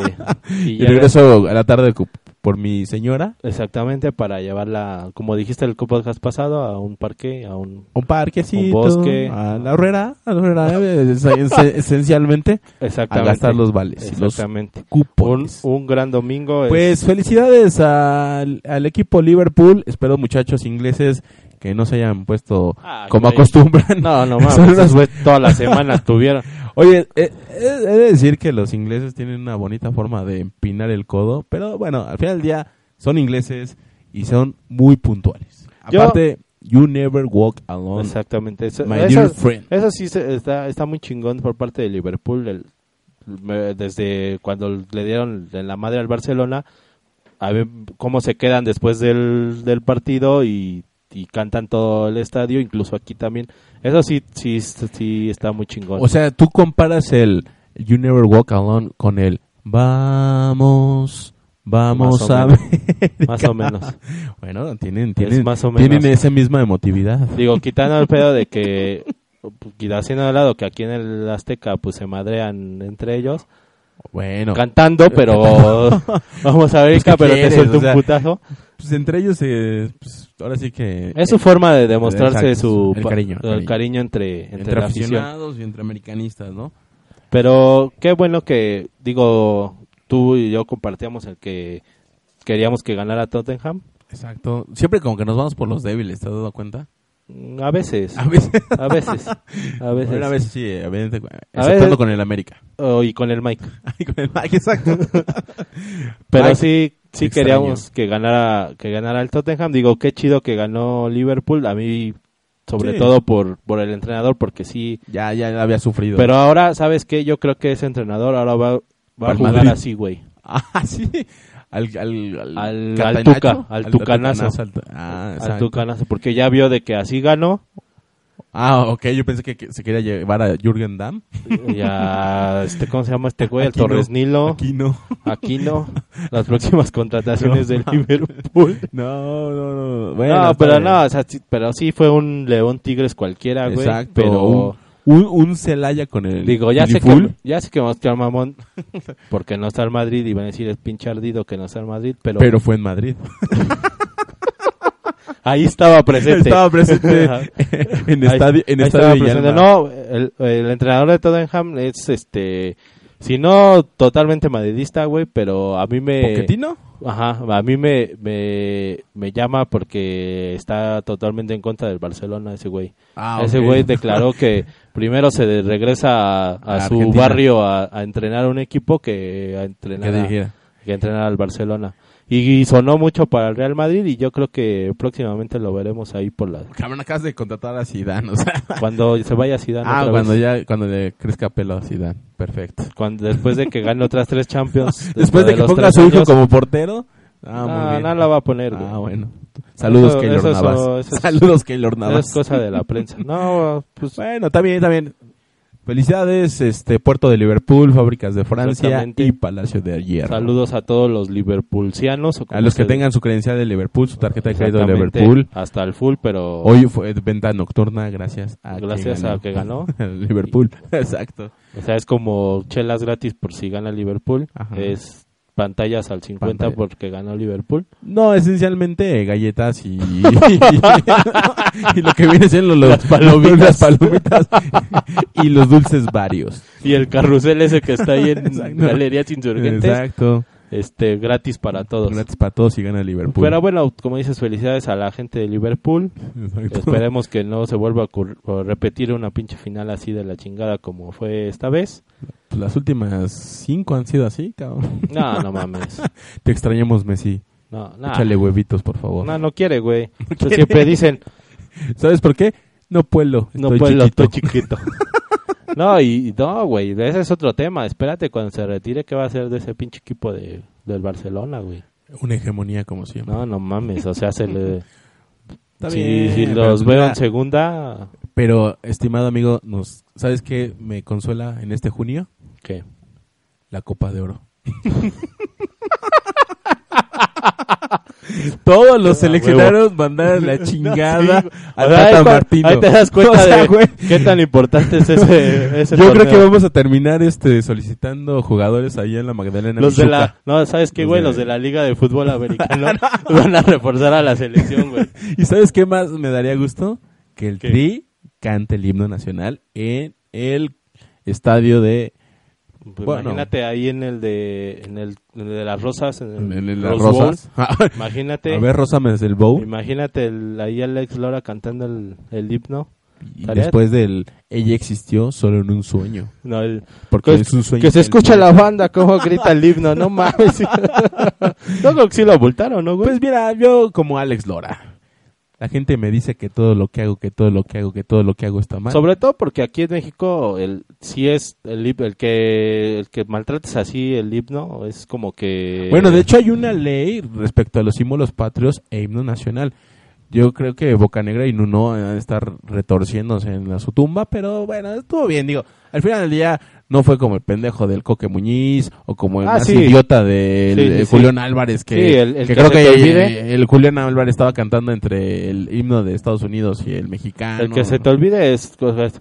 Speaker 1: y ya-
Speaker 2: regreso a la tarde cu- por mi señora
Speaker 1: Exactamente, para llevarla, como dijiste el podcast pasado, a un parque, a un.
Speaker 2: a un parquecito,
Speaker 1: Un bosque.
Speaker 2: a la horrera, a la horrera, eh,
Speaker 1: *laughs*
Speaker 2: es- es- esencialmente a
Speaker 1: Exactamente.
Speaker 2: gastar los vales, los
Speaker 1: Exactamente. Un,
Speaker 2: cupones.
Speaker 1: un gran domingo. es-
Speaker 2: Pues felicidades al, al equipo Liverpool. Espero muchachos ingleses que no se hayan puesto
Speaker 1: Ah,
Speaker 2: como
Speaker 1: güey.
Speaker 2: acostumbran.
Speaker 1: No,
Speaker 2: *laughs*
Speaker 1: no
Speaker 2: Son
Speaker 1: mames.
Speaker 2: unas-
Speaker 1: Todas toda
Speaker 2: *laughs*
Speaker 1: la semana estuvieron.
Speaker 2: Oye, eh, eh, he de decir que los ingleses tienen una bonita forma de empinar el codo, pero bueno, al final del día son ingleses y son muy puntuales.
Speaker 1: Yo-
Speaker 2: Aparte, you never walk alone,
Speaker 1: Exactamente. Eso,
Speaker 2: my
Speaker 1: eso-
Speaker 2: dear friend.
Speaker 1: eso sí se- está, está muy chingón por parte de Liverpool. el- me- desde cuando le dieron en la madre al Barcelona, a ver cómo se quedan después del, del partido y, y cantan todo el estadio, incluso aquí también. Eso sí, sí, sí está muy chingón.
Speaker 2: O sea, tú comparas el You Never Walk Alone con el Vamos, vamos
Speaker 1: Más o
Speaker 2: a
Speaker 1: menos.
Speaker 2: América".
Speaker 1: Más o menos.
Speaker 2: *laughs* Bueno, tienen, tienen,
Speaker 1: más o menos.
Speaker 2: tienen esa misma emotividad.
Speaker 1: Digo, quitando el pedo de que, quizás haciendo de lado que aquí en el Azteca pues se madrean entre ellos,
Speaker 2: Bueno,
Speaker 1: cantando, pero
Speaker 2: *laughs*
Speaker 1: vamos a América,
Speaker 2: Pues,
Speaker 1: pero
Speaker 2: ¿qué
Speaker 1: te
Speaker 2: quieres?
Speaker 1: suelta
Speaker 2: O
Speaker 1: un
Speaker 2: sea,
Speaker 1: putazo.
Speaker 2: pues entre ellos, eh, pues, ahora sí que...
Speaker 1: Es su forma de demostrarse su
Speaker 2: Exacto, el cariño, el
Speaker 1: el
Speaker 2: cariño.
Speaker 1: cariño entre, entre,
Speaker 2: entre,
Speaker 1: la afición.
Speaker 2: aficionados y entre americanistas, ¿no?
Speaker 1: Pero qué bueno que, digo, tú y yo compartíamos el que queríamos que ganara Tottenham.
Speaker 2: Exacto. Siempre como que nos vamos por los débiles, ¿te has dado cuenta?
Speaker 1: Mm, A veces,
Speaker 2: *laughs* A veces.
Speaker 1: a
Speaker 2: *laughs*
Speaker 1: veces, a veces.
Speaker 2: Bueno, a veces sí, a veces, exceptuando
Speaker 1: veces-
Speaker 2: con
Speaker 1: *laughs*
Speaker 2: el América.
Speaker 1: Oh, y con el Mike.
Speaker 2: Ay, con el Mike, exacto.
Speaker 1: *laughs* Pero
Speaker 2: Mike,
Speaker 1: sí, sí
Speaker 2: extraño.
Speaker 1: queríamos que ganara, que ganara el Tottenham. Digo, qué chido que ganó Liverpool. A mí, sobre
Speaker 2: Sí.
Speaker 1: todo por, por el entrenador, porque sí.
Speaker 2: Ya, ya había sufrido.
Speaker 1: Pero ahora, ¿sabes qué? Yo creo que ese entrenador ahora va, va a
Speaker 2: Al
Speaker 1: jugar
Speaker 2: Madrid.
Speaker 1: así, güey.
Speaker 2: *laughs* Ah, sí. Al, al, al,
Speaker 1: Al-
Speaker 2: catenacho,
Speaker 1: al tuca, al tucanazo.
Speaker 2: al tu- ah,
Speaker 1: al
Speaker 2: exacto.
Speaker 1: Tucanazo, porque ya vio de que así ganó
Speaker 2: Ah, ok, yo pensé que, que se quería llevar a Jürgen Damm.
Speaker 1: y a este, ¿cómo se llama este güey? El
Speaker 2: Aquino.
Speaker 1: Torres Nilo,
Speaker 2: Aquí no. *laughs*
Speaker 1: Aquino, las próximas contrataciones
Speaker 2: No. pues.
Speaker 1: del
Speaker 2: *laughs*
Speaker 1: Liverpool.
Speaker 2: No, no, no.
Speaker 1: no,
Speaker 2: está
Speaker 1: pero
Speaker 2: bien.
Speaker 1: no, o sea, sí, pero sí fue un León Tigres cualquiera, güey.
Speaker 2: Exacto.
Speaker 1: Pero
Speaker 2: un- Un, un Celaya con el.
Speaker 1: digo, ya sé,
Speaker 2: Liverpool.
Speaker 1: que, ya sé que vamos a estar mamón porque no está el Madrid y van a decir es pinche ardido que no está el Madrid, pero,
Speaker 2: Pero fue en Madrid.
Speaker 1: ahí estaba presente.
Speaker 2: Estaba
Speaker 1: *laughs*
Speaker 2: presente
Speaker 1: Ajá.
Speaker 2: en
Speaker 1: Ahí-
Speaker 2: estadio, en
Speaker 1: ahí estaba
Speaker 2: estadio Villalba.
Speaker 1: presente. No, el, el entrenador de Tottenham es este, si no totalmente madridista, güey, pero a mí me,
Speaker 2: ¿Poquetino?
Speaker 1: ajá, a mí me, me, me llama porque está totalmente en contra del Barcelona ese güey.
Speaker 2: Ah,
Speaker 1: ese
Speaker 2: ok.
Speaker 1: güey
Speaker 2: *laughs*
Speaker 1: declaró que primero se de- regresa a, a
Speaker 2: A
Speaker 1: su
Speaker 2: Argentina.
Speaker 1: barrio a, a entrenar un equipo que a entrenar,
Speaker 2: Que
Speaker 1: a-
Speaker 2: dijera.
Speaker 1: que entrenar al Barcelona. Y, y sonó mucho para el Real Madrid y yo creo que próximamente lo veremos ahí por la
Speaker 2: Cabrón, acabas de contratar a Zidane, o
Speaker 1: *laughs*
Speaker 2: sea.
Speaker 1: cuando se vaya Zidane otra
Speaker 2: Ah,
Speaker 1: vez.
Speaker 2: cuando ya, cuando le crezca pelo a Zidane. Perfecto.
Speaker 1: Cuando- después de que gane otras tres Champions
Speaker 2: *laughs* Después de que ponga a su hijo como portero. Ah,
Speaker 1: ah,
Speaker 2: muy bien.
Speaker 1: no la va a poner güey.
Speaker 2: Ah, bueno. Saludos,
Speaker 1: Eso-
Speaker 2: Keylor
Speaker 1: eso-
Speaker 2: Navas.
Speaker 1: eso es-
Speaker 2: *laughs* Saludos, Keylor
Speaker 1: Esa
Speaker 2: Navas.
Speaker 1: es cosa de la
Speaker 2: *laughs*
Speaker 1: prensa no pues
Speaker 2: Bueno, también, también. Felicidades, este Puerto de Liverpool, Fábricas de Francia
Speaker 1: Exactamente.
Speaker 2: y Palacio de Hierro.
Speaker 1: saludos a todos los liverpoolcianos o como
Speaker 2: A los que
Speaker 1: se-
Speaker 2: tengan su credencial de Liverpool, su tarjeta de crédito de
Speaker 1: Exactamente,
Speaker 2: Liverpool.
Speaker 1: hasta el full pero
Speaker 2: Hoy fue venta nocturna gracias a
Speaker 1: Gracias a que ganó.
Speaker 2: *laughs* El Liverpool. Exacto.
Speaker 1: o sea es como chelas gratis por si gana Liverpool
Speaker 2: Ajá.
Speaker 1: es pantallas al 50
Speaker 2: Pantalla.
Speaker 1: porque ganó Liverpool
Speaker 2: No, esencialmente eh, galletas y, *laughs* y lo que viene siendo los, las palomitas, palomitas *laughs* y los dulces varios.
Speaker 1: y el carrusel ese que está ahí en
Speaker 2: *laughs* Exacto.
Speaker 1: Galerías Insurgentes
Speaker 2: Exacto.
Speaker 1: este gratis para todos
Speaker 2: Gratis para todos y gana Liverpool.
Speaker 1: pero bueno como dices felicidades a la gente de Liverpool
Speaker 2: *laughs* Exacto.
Speaker 1: Esperemos que no se vuelva a, ocurr- a repetir una pinche final así de la chingada como fue esta vez.
Speaker 2: Pues Las últimas cinco han sido así, cabrón.
Speaker 1: No, no mames.
Speaker 2: *laughs* Te extrañamos, Messi.
Speaker 1: No, no.
Speaker 2: Échale huevitos, por favor.
Speaker 1: No, no quiere, güey. Entonces Siempre dicen,
Speaker 2: ¿Sabes por qué? No puedo.
Speaker 1: no
Speaker 2: estoy
Speaker 1: puedo,
Speaker 2: chiquito. *laughs*
Speaker 1: estoy chiquito. No, y y no, güey, ese es otro tema. Espérate cuando se retire, ¿qué va a hacer de ese pinche equipo de, del Barcelona, güey?
Speaker 2: Una hegemonía como siempre.
Speaker 1: No, no mames, o sea, se le...
Speaker 2: *laughs* Está
Speaker 1: si,
Speaker 2: bien,
Speaker 1: si
Speaker 2: pero
Speaker 1: los
Speaker 2: pues,
Speaker 1: veo
Speaker 2: mira,
Speaker 1: en segunda,
Speaker 2: Pero, estimado amigo, nos, ¿sabes qué me consuela en este junio?
Speaker 1: ¿qué?
Speaker 2: La Copa
Speaker 1: *laughs*
Speaker 2: de Oro. Todos los seleccionados
Speaker 1: *laughs*
Speaker 2: mandaron la chingada
Speaker 1: Ah, Sí,
Speaker 2: a
Speaker 1: o sea, es
Speaker 2: Tata
Speaker 1: cuando-
Speaker 2: Martino.
Speaker 1: Ahí te das cuenta
Speaker 2: *laughs* O sea,
Speaker 1: de
Speaker 2: güey,
Speaker 1: qué tan importante es ese, ese
Speaker 2: Yo creo
Speaker 1: torneo.
Speaker 2: que vamos a terminar este solicitando jugadores ahí en la Magdalena.
Speaker 1: Los de
Speaker 2: Michuca.
Speaker 1: la, no, ¿sabes qué,
Speaker 2: Los
Speaker 1: güey?
Speaker 2: de-
Speaker 1: Los de la Liga de Fútbol
Speaker 2: *laughs*
Speaker 1: Americano *laughs* van a reforzar a la selección, güey.
Speaker 2: ¿Y sabes qué más me daría gusto? Que el
Speaker 1: ¿Qué?
Speaker 2: Tri cante el himno nacional en el estadio de
Speaker 1: Pues
Speaker 2: Bueno.
Speaker 1: Imagínate ahí en el de en el, en el de las rosas, en el,
Speaker 2: en el- Las
Speaker 1: Rose Bowl.
Speaker 2: Rosas. *laughs* a
Speaker 1: Imagínate,
Speaker 2: ver, Rosa el Bow.
Speaker 1: imagínate el- ahí Alex Lora cantando el, el himno.
Speaker 2: Y
Speaker 1: Tarea.
Speaker 2: después del Ella existió solo en un sueño.
Speaker 1: No, el-
Speaker 2: Porque es un sueño.
Speaker 1: Pues, que se
Speaker 2: del-
Speaker 1: escucha la banda cómo grita el himno, no mames.
Speaker 2: *laughs*
Speaker 1: no creo que sí lo abultaron, ¿no, güey?
Speaker 2: Pues mira, yo como Alex Lora. La gente me dice que todo lo que hago, que todo lo que hago, que todo lo que hago está mal.
Speaker 1: Sobre todo porque aquí en México el si es el, hip- el que el que maltrates así el himno es como que
Speaker 2: Bueno, de hecho hay una ley respecto a los símbolos patrios e himno nacional. Yo creo que Bocanegra y Nuno van a estar retorciéndose en la- su tumba, pero bueno, estuvo bien. Digo, al final del día no fue como el pendejo del Coque Muñiz o como el
Speaker 1: Ah,
Speaker 2: más
Speaker 1: sí.
Speaker 2: idiota del
Speaker 1: Sí, sí, sí.
Speaker 2: eh, Julián Álvarez, que,
Speaker 1: Sí, el- el
Speaker 2: que
Speaker 1: que
Speaker 2: creo
Speaker 1: se te
Speaker 2: que
Speaker 1: olvide.
Speaker 2: el Julián Álvarez estaba cantando entre el himno de Estados Unidos y el mexicano.
Speaker 1: el que se te olvide es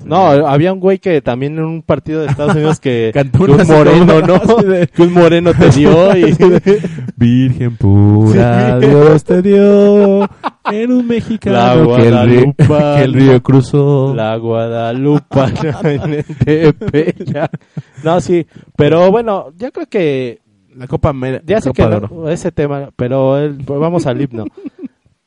Speaker 1: no había un güey que también en un partido de Estados Unidos que,
Speaker 2: *laughs* Cantó
Speaker 1: que
Speaker 2: una
Speaker 1: un moreno
Speaker 2: secuela *laughs*
Speaker 1: no
Speaker 2: así de-
Speaker 1: que un moreno te dio
Speaker 2: *laughs*
Speaker 1: y
Speaker 2: Virgen pura,
Speaker 1: Sí.
Speaker 2: Dios te dio en un
Speaker 1: La
Speaker 2: mexicano que el, río,
Speaker 1: Guadalupana.
Speaker 2: que el río cruzó.
Speaker 1: la *laughs* Guadalupana
Speaker 2: *laughs*
Speaker 1: en Tepeyac. no sí pero bueno yo creo que
Speaker 2: La Copa América.
Speaker 1: ya sé que no- ese tema pero el- pues vamos al
Speaker 2: *laughs*
Speaker 1: himno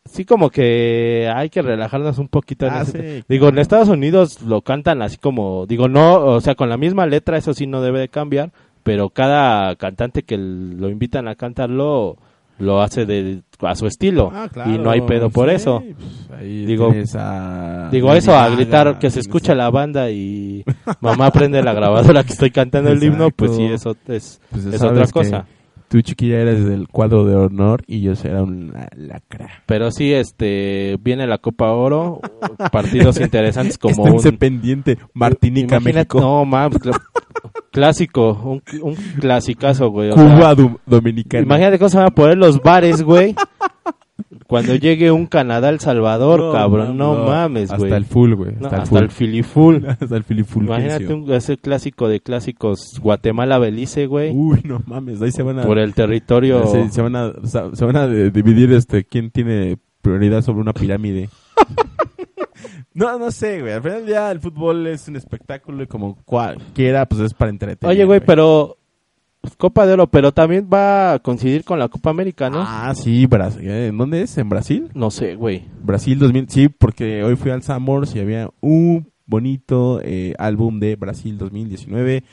Speaker 1: sí como que hay que relajarnos un poquito en
Speaker 2: Ah,
Speaker 1: ese
Speaker 2: sí.
Speaker 1: te- digo en Estados Unidos lo cantan así como digo no o sea con la misma letra eso sí no debe de cambiar pero cada cantante que l- lo invitan a cantarlo lo hace de a su estilo
Speaker 2: Ah,
Speaker 1: y no hay pedo por eso
Speaker 2: pues,
Speaker 1: Digo-
Speaker 2: Ah,
Speaker 1: digo eso a gritar que se escucha la banda y mamá prende la grabadora que estoy cantando el himno pues sí eso es
Speaker 2: Pues,
Speaker 1: es otra cosa
Speaker 2: Tú, chiquilla, eres del cuadro de honor y yo será una lacra.
Speaker 1: Pero sí, este, viene la Copa Oro,
Speaker 2: *laughs*
Speaker 1: partidos interesantes como
Speaker 2: Esténse
Speaker 1: un...
Speaker 2: pendiente. Martinica,
Speaker 1: Imagínate-
Speaker 2: México.
Speaker 1: No, mames, cl- clásico, un, un clasicazo, güey. o sea,
Speaker 2: Cuba du- Dominicana.
Speaker 1: imagínate cómo se van a poner los bares, güey. Cuando llegue un Canadá El Salvador,
Speaker 2: No,
Speaker 1: cabrón, no, mames,
Speaker 2: hasta
Speaker 1: güey.
Speaker 2: El full, güey.
Speaker 1: No,
Speaker 2: hasta el
Speaker 1: hasta
Speaker 2: full,
Speaker 1: el filiful.
Speaker 2: *laughs* Hasta el filiful.
Speaker 1: Imagínate un, ese clásico de clásicos Guatemala-Belice, güey.
Speaker 2: Uy, no mames. Ahí se van a...
Speaker 1: por el territorio...
Speaker 2: Se, se van a, se- se van a de- dividir este quién tiene prioridad sobre una pirámide. *laughs* no, no sé, güey. Al final del día el fútbol es un espectáculo y como cualquiera, pues es para entretener.
Speaker 1: Oye, güey, pero... pues, Copa de Oro, pero también va a coincidir con la Copa América, ¿no?
Speaker 2: Ah, sí, Brasil. ¿En dónde es? ¿En Brasil?
Speaker 1: No sé, güey.
Speaker 2: Brasil 2000. Sí, porque hoy fui al Samors y había un bonito eh, álbum de Brasil 2019.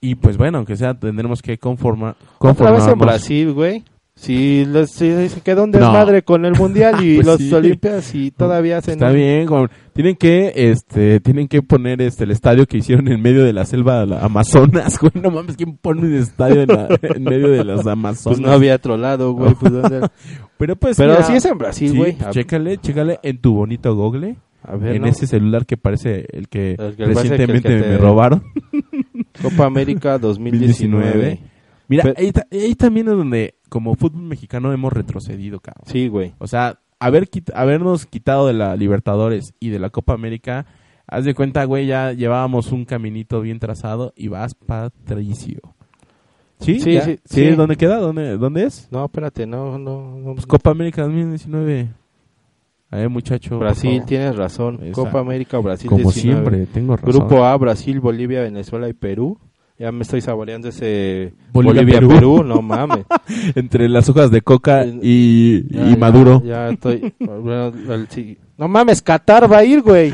Speaker 2: Y pues bueno, aunque sea, tendremos que conformar.
Speaker 1: Otra vez en
Speaker 2: conformarnos.
Speaker 1: Brasil, güey. Si, los- si se quedó un
Speaker 2: No.
Speaker 1: desmadre con el
Speaker 2: *laughs*
Speaker 1: mundial y
Speaker 2: Pues
Speaker 1: los
Speaker 2: sí.
Speaker 1: Olimpias y todavía hacen.
Speaker 2: Está bien, cabrón. tienen que este tienen que poner este el estadio que hicieron en medio de la selva de la Amazonas, *laughs* güey. No mames, ¿quién pone un estadio en, la- en medio de las Amazonas?
Speaker 1: Pues no había otro lado, güey. pues,
Speaker 2: *laughs*
Speaker 1: ¿dónde?
Speaker 2: Pero pues
Speaker 1: Pero
Speaker 2: mira,
Speaker 1: sí es en Brasil,
Speaker 2: sí,
Speaker 1: güey. A-
Speaker 2: chécale, chécale en tu bonito Google,
Speaker 1: a ver,
Speaker 2: en
Speaker 1: ¿no?
Speaker 2: ese *laughs* celular que parece el que,
Speaker 1: El que parece
Speaker 2: recientemente
Speaker 1: que el que
Speaker 2: me
Speaker 1: te-
Speaker 2: robaron.
Speaker 1: Copa América
Speaker 2: *laughs*
Speaker 1: 2019.
Speaker 2: Mira,
Speaker 1: Pero-
Speaker 2: ahí, ta- ahí también es donde como fútbol mexicano hemos retrocedido, cabrón.
Speaker 1: Sí, güey.
Speaker 2: O sea, haber quit- habernos quitado de la Libertadores y de la Copa América, haz de cuenta, güey, ya llevábamos un caminito bien trazado y vas Patricio. ¿Sí?
Speaker 1: Sí,
Speaker 2: ¿Ya?
Speaker 1: sí,
Speaker 2: ¿Sí?
Speaker 1: sí.
Speaker 2: ¿Dónde queda? ¿Dónde, ¿Dónde es?
Speaker 1: No, espérate, no, no. no.
Speaker 2: Pues Copa América 2019. A ver, muchacho. por
Speaker 1: Brasil,
Speaker 2: favor.
Speaker 1: tienes razón.
Speaker 2: Exacto.
Speaker 1: Copa América, Brasil.
Speaker 2: Como
Speaker 1: 19.
Speaker 2: siempre, tengo razón.
Speaker 1: Grupo A, Brasil, Bolivia, Venezuela y Perú. Ya me estoy saboreando ese
Speaker 2: Bolivia,
Speaker 1: Bolivia-Perú,
Speaker 2: Perú.
Speaker 1: no mames.
Speaker 2: Entre las hojas de coca y,
Speaker 1: Ah, Ya,
Speaker 2: y
Speaker 1: ya,
Speaker 2: Maduro.
Speaker 1: Ya, estoy. bueno, el- sí. No mames, Qatar va a ir, güey.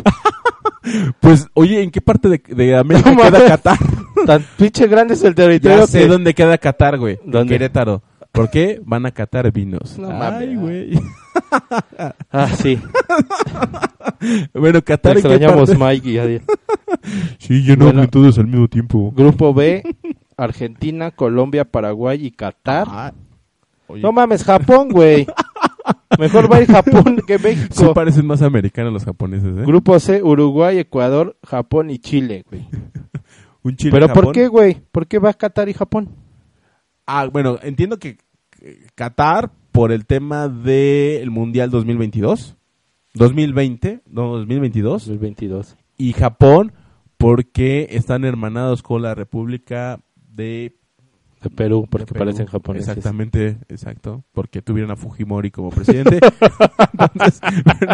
Speaker 2: Pues, oye, ¿en qué parte de, de
Speaker 1: *laughs*
Speaker 2: América
Speaker 1: No
Speaker 2: queda
Speaker 1: mames.
Speaker 2: Qatar?
Speaker 1: Tan pinche grande es el territorio
Speaker 2: Ya sé
Speaker 1: que-
Speaker 2: dónde queda Qatar, güey.
Speaker 1: ¿Dónde?
Speaker 2: Querétaro. ¿Por qué? Van a catar vinos.
Speaker 1: No
Speaker 2: Ay,
Speaker 1: mames.
Speaker 2: güey. *laughs*
Speaker 1: Ah, sí.
Speaker 2: Bueno,
Speaker 1: Te
Speaker 2: Qatar. ¿en qué
Speaker 1: extrañamos,
Speaker 2: parte?
Speaker 1: Mike. Y adiós.
Speaker 2: Sí, yo no
Speaker 1: Bueno.
Speaker 2: hablé todos al mismo tiempo.
Speaker 1: Grupo B, Argentina, Colombia, Paraguay y Qatar.
Speaker 2: Ah, oye,
Speaker 1: No mames, Japón, güey. Mejor va a ir Japón que México.
Speaker 2: sí parecen más americanos los japoneses, ¿eh?
Speaker 1: Grupo C, Uruguay, Ecuador, Japón y Chile, güey.
Speaker 2: Un Chile,
Speaker 1: ¿Pero por
Speaker 2: Japón.
Speaker 1: qué, güey? ¿Por qué va Qatar y Japón?
Speaker 2: Ah, bueno, entiendo que eh, Qatar por el tema del Mundial 2022. 2020, no, 2022.
Speaker 1: 2022.
Speaker 2: Y Japón porque están hermanados con la República de
Speaker 1: De Perú, porque
Speaker 2: de Perú.
Speaker 1: parecen japoneses.
Speaker 2: Exactamente, exacto. Porque tuvieron a Fujimori como presidente. *laughs* Entonces,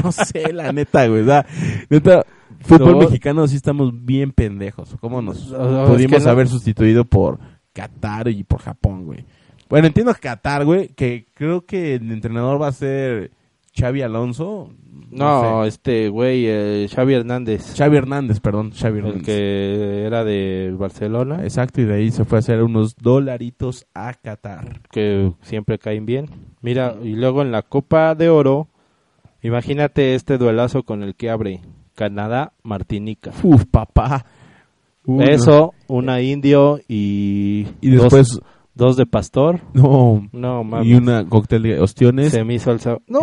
Speaker 2: no sé, la neta, güey. o sea, neta, fútbol
Speaker 1: No.
Speaker 2: mexicano sí estamos bien pendejos. ¿Cómo nos
Speaker 1: No, no, es
Speaker 2: pudimos
Speaker 1: que no.
Speaker 2: haber sustituido por Qatar y por Japón, güey? Bueno, entiendo que Qatar, güey, que creo que el entrenador va a ser Xavi Alonso.
Speaker 1: No,
Speaker 2: sé.
Speaker 1: este, güey, eh, Xavi Hernández.
Speaker 2: Xavi Hernández, perdón, Xavi Hernández. Ah,
Speaker 1: el que era de Barcelona,
Speaker 2: Exacto, y de ahí se fue a hacer unos dolaritos a Qatar.
Speaker 1: que siempre caen bien. Mira, y luego en la Copa de Oro, imagínate este duelazo con el que abre Canadá, Martinica. Eh.
Speaker 2: Uf, papá. Uy, no.
Speaker 1: Eso, una indio y,
Speaker 2: Y después,
Speaker 1: dos, dos de pastor.
Speaker 2: no,
Speaker 1: No,
Speaker 2: y
Speaker 1: mames.
Speaker 2: una cóctel de ostiones
Speaker 1: Se me hizo el sab- *laughs* No,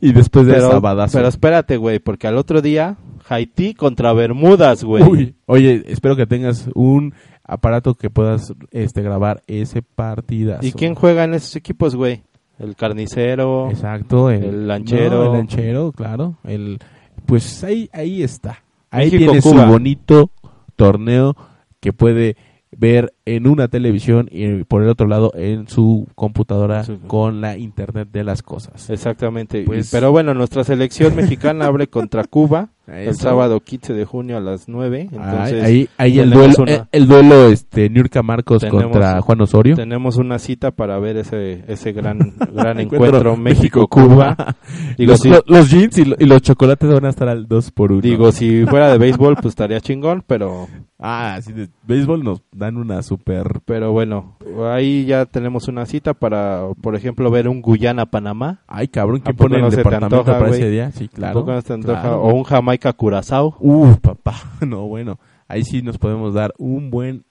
Speaker 2: y después de
Speaker 1: pero,
Speaker 2: sabadazo.
Speaker 1: pero espérate, güey, porque al otro día Haití contra Bermudas, güey.
Speaker 2: Uy, oye, espero que tengas un aparato que puedas este grabar ese partidazo.
Speaker 1: ¿Y quién juega en esos equipos, güey? El carnicero.
Speaker 2: Exacto, el,
Speaker 1: El lanchero.
Speaker 2: No, el lanchero, claro, el pues ahí ahí está. Ahí
Speaker 1: México,
Speaker 2: tiene
Speaker 1: Cuba.
Speaker 2: su bonito torneo que puede ver en una televisión y por el otro lado en su computadora
Speaker 1: Sí.
Speaker 2: con la internet de las cosas.
Speaker 1: Exactamente.
Speaker 2: Pues-
Speaker 1: Y- Pero bueno, nuestra selección mexicana abre contra
Speaker 2: *laughs*
Speaker 1: Cuba el
Speaker 2: Eso.
Speaker 1: sábado 15 de junio a las 9. Entonces
Speaker 2: ahí ahí el duelo,
Speaker 1: tenemos una-
Speaker 2: eh, el duelo este Niurka Marcos
Speaker 1: Tenemos-
Speaker 2: contra Juan Osorio.
Speaker 1: tenemos una cita para ver ese ese gran
Speaker 2: *laughs*
Speaker 1: gran
Speaker 2: Encuentro
Speaker 1: encuentro México-Cuba. *laughs* Digo,
Speaker 2: los,
Speaker 1: sí.
Speaker 2: lo- los jeans y, lo- y los chocolates van a estar al 2 por 1.
Speaker 1: Digo, si fuera de béisbol, pues estaría chingón, pero
Speaker 2: ah, sí, de béisbol nos dan una super...
Speaker 1: pero bueno, ahí ya tenemos una cita para, por ejemplo, ver un Guyana-Panamá.
Speaker 2: Ay, cabrón,
Speaker 1: ¿A
Speaker 2: ¿qué
Speaker 1: poco
Speaker 2: pone
Speaker 1: no
Speaker 2: el
Speaker 1: se te
Speaker 2: departamento
Speaker 1: antoja,
Speaker 2: para
Speaker 1: güey?
Speaker 2: ese día? Sí, claro.
Speaker 1: Tampoco nos te antoja.
Speaker 2: claro.
Speaker 1: O un Jamaica-Curazao.
Speaker 2: Uf, papá, *laughs* no, bueno, ahí sí nos podemos dar un buen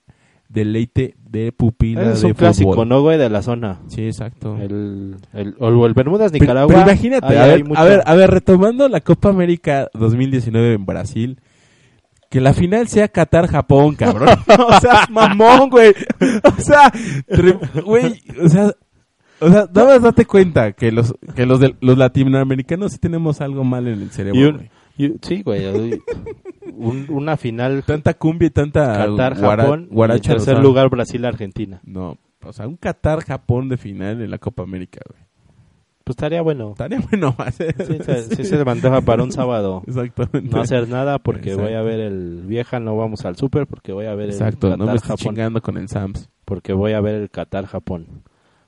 Speaker 2: deleite de pupila
Speaker 1: Es
Speaker 2: de
Speaker 1: un clásico,
Speaker 2: fútbol.
Speaker 1: ¿no, güey? De la zona.
Speaker 2: Sí, exacto.
Speaker 1: El, el, o el Bermudas,
Speaker 2: Pero-
Speaker 1: Nicaragua.
Speaker 2: Pero imagínate,
Speaker 1: ahí
Speaker 2: a
Speaker 1: hay
Speaker 2: ver,
Speaker 1: mucho.
Speaker 2: a ver, a ver, retomando la Copa América 2019 en Brasil, que la final sea Qatar-Japón, cabrón.
Speaker 1: *laughs*
Speaker 2: o sea, mamón, güey. O sea, re- güey, o sea, o sea, nada más date cuenta que los que los de- los latinoamericanos sí tenemos algo mal en el cerebro,
Speaker 1: Y un-
Speaker 2: güey.
Speaker 1: y un- sí, güey.
Speaker 2: *laughs*
Speaker 1: ahí- un- una final
Speaker 2: Tanta cumbia y tanta guara-
Speaker 1: Qatar-Japón. Y en
Speaker 2: guaracha nos
Speaker 1: tercer
Speaker 2: dan.
Speaker 1: lugar, Brasil-Argentina.
Speaker 2: No, o sea, un Qatar-Japón de final en la Copa América, güey.
Speaker 1: Pues estaría bueno.
Speaker 2: Estaría bueno. *laughs*
Speaker 1: Sí, se, sí se me antoja para un sábado.
Speaker 2: Exactamente. *laughs*
Speaker 1: No hacer nada porque
Speaker 2: Exacto.
Speaker 1: voy a ver el vieja, no vamos al súper porque voy a ver
Speaker 2: Exacto,
Speaker 1: el
Speaker 2: no me estoy
Speaker 1: Qatar-Japón.
Speaker 2: chingando con el Sams.
Speaker 1: porque voy a ver el Qatar-Japón.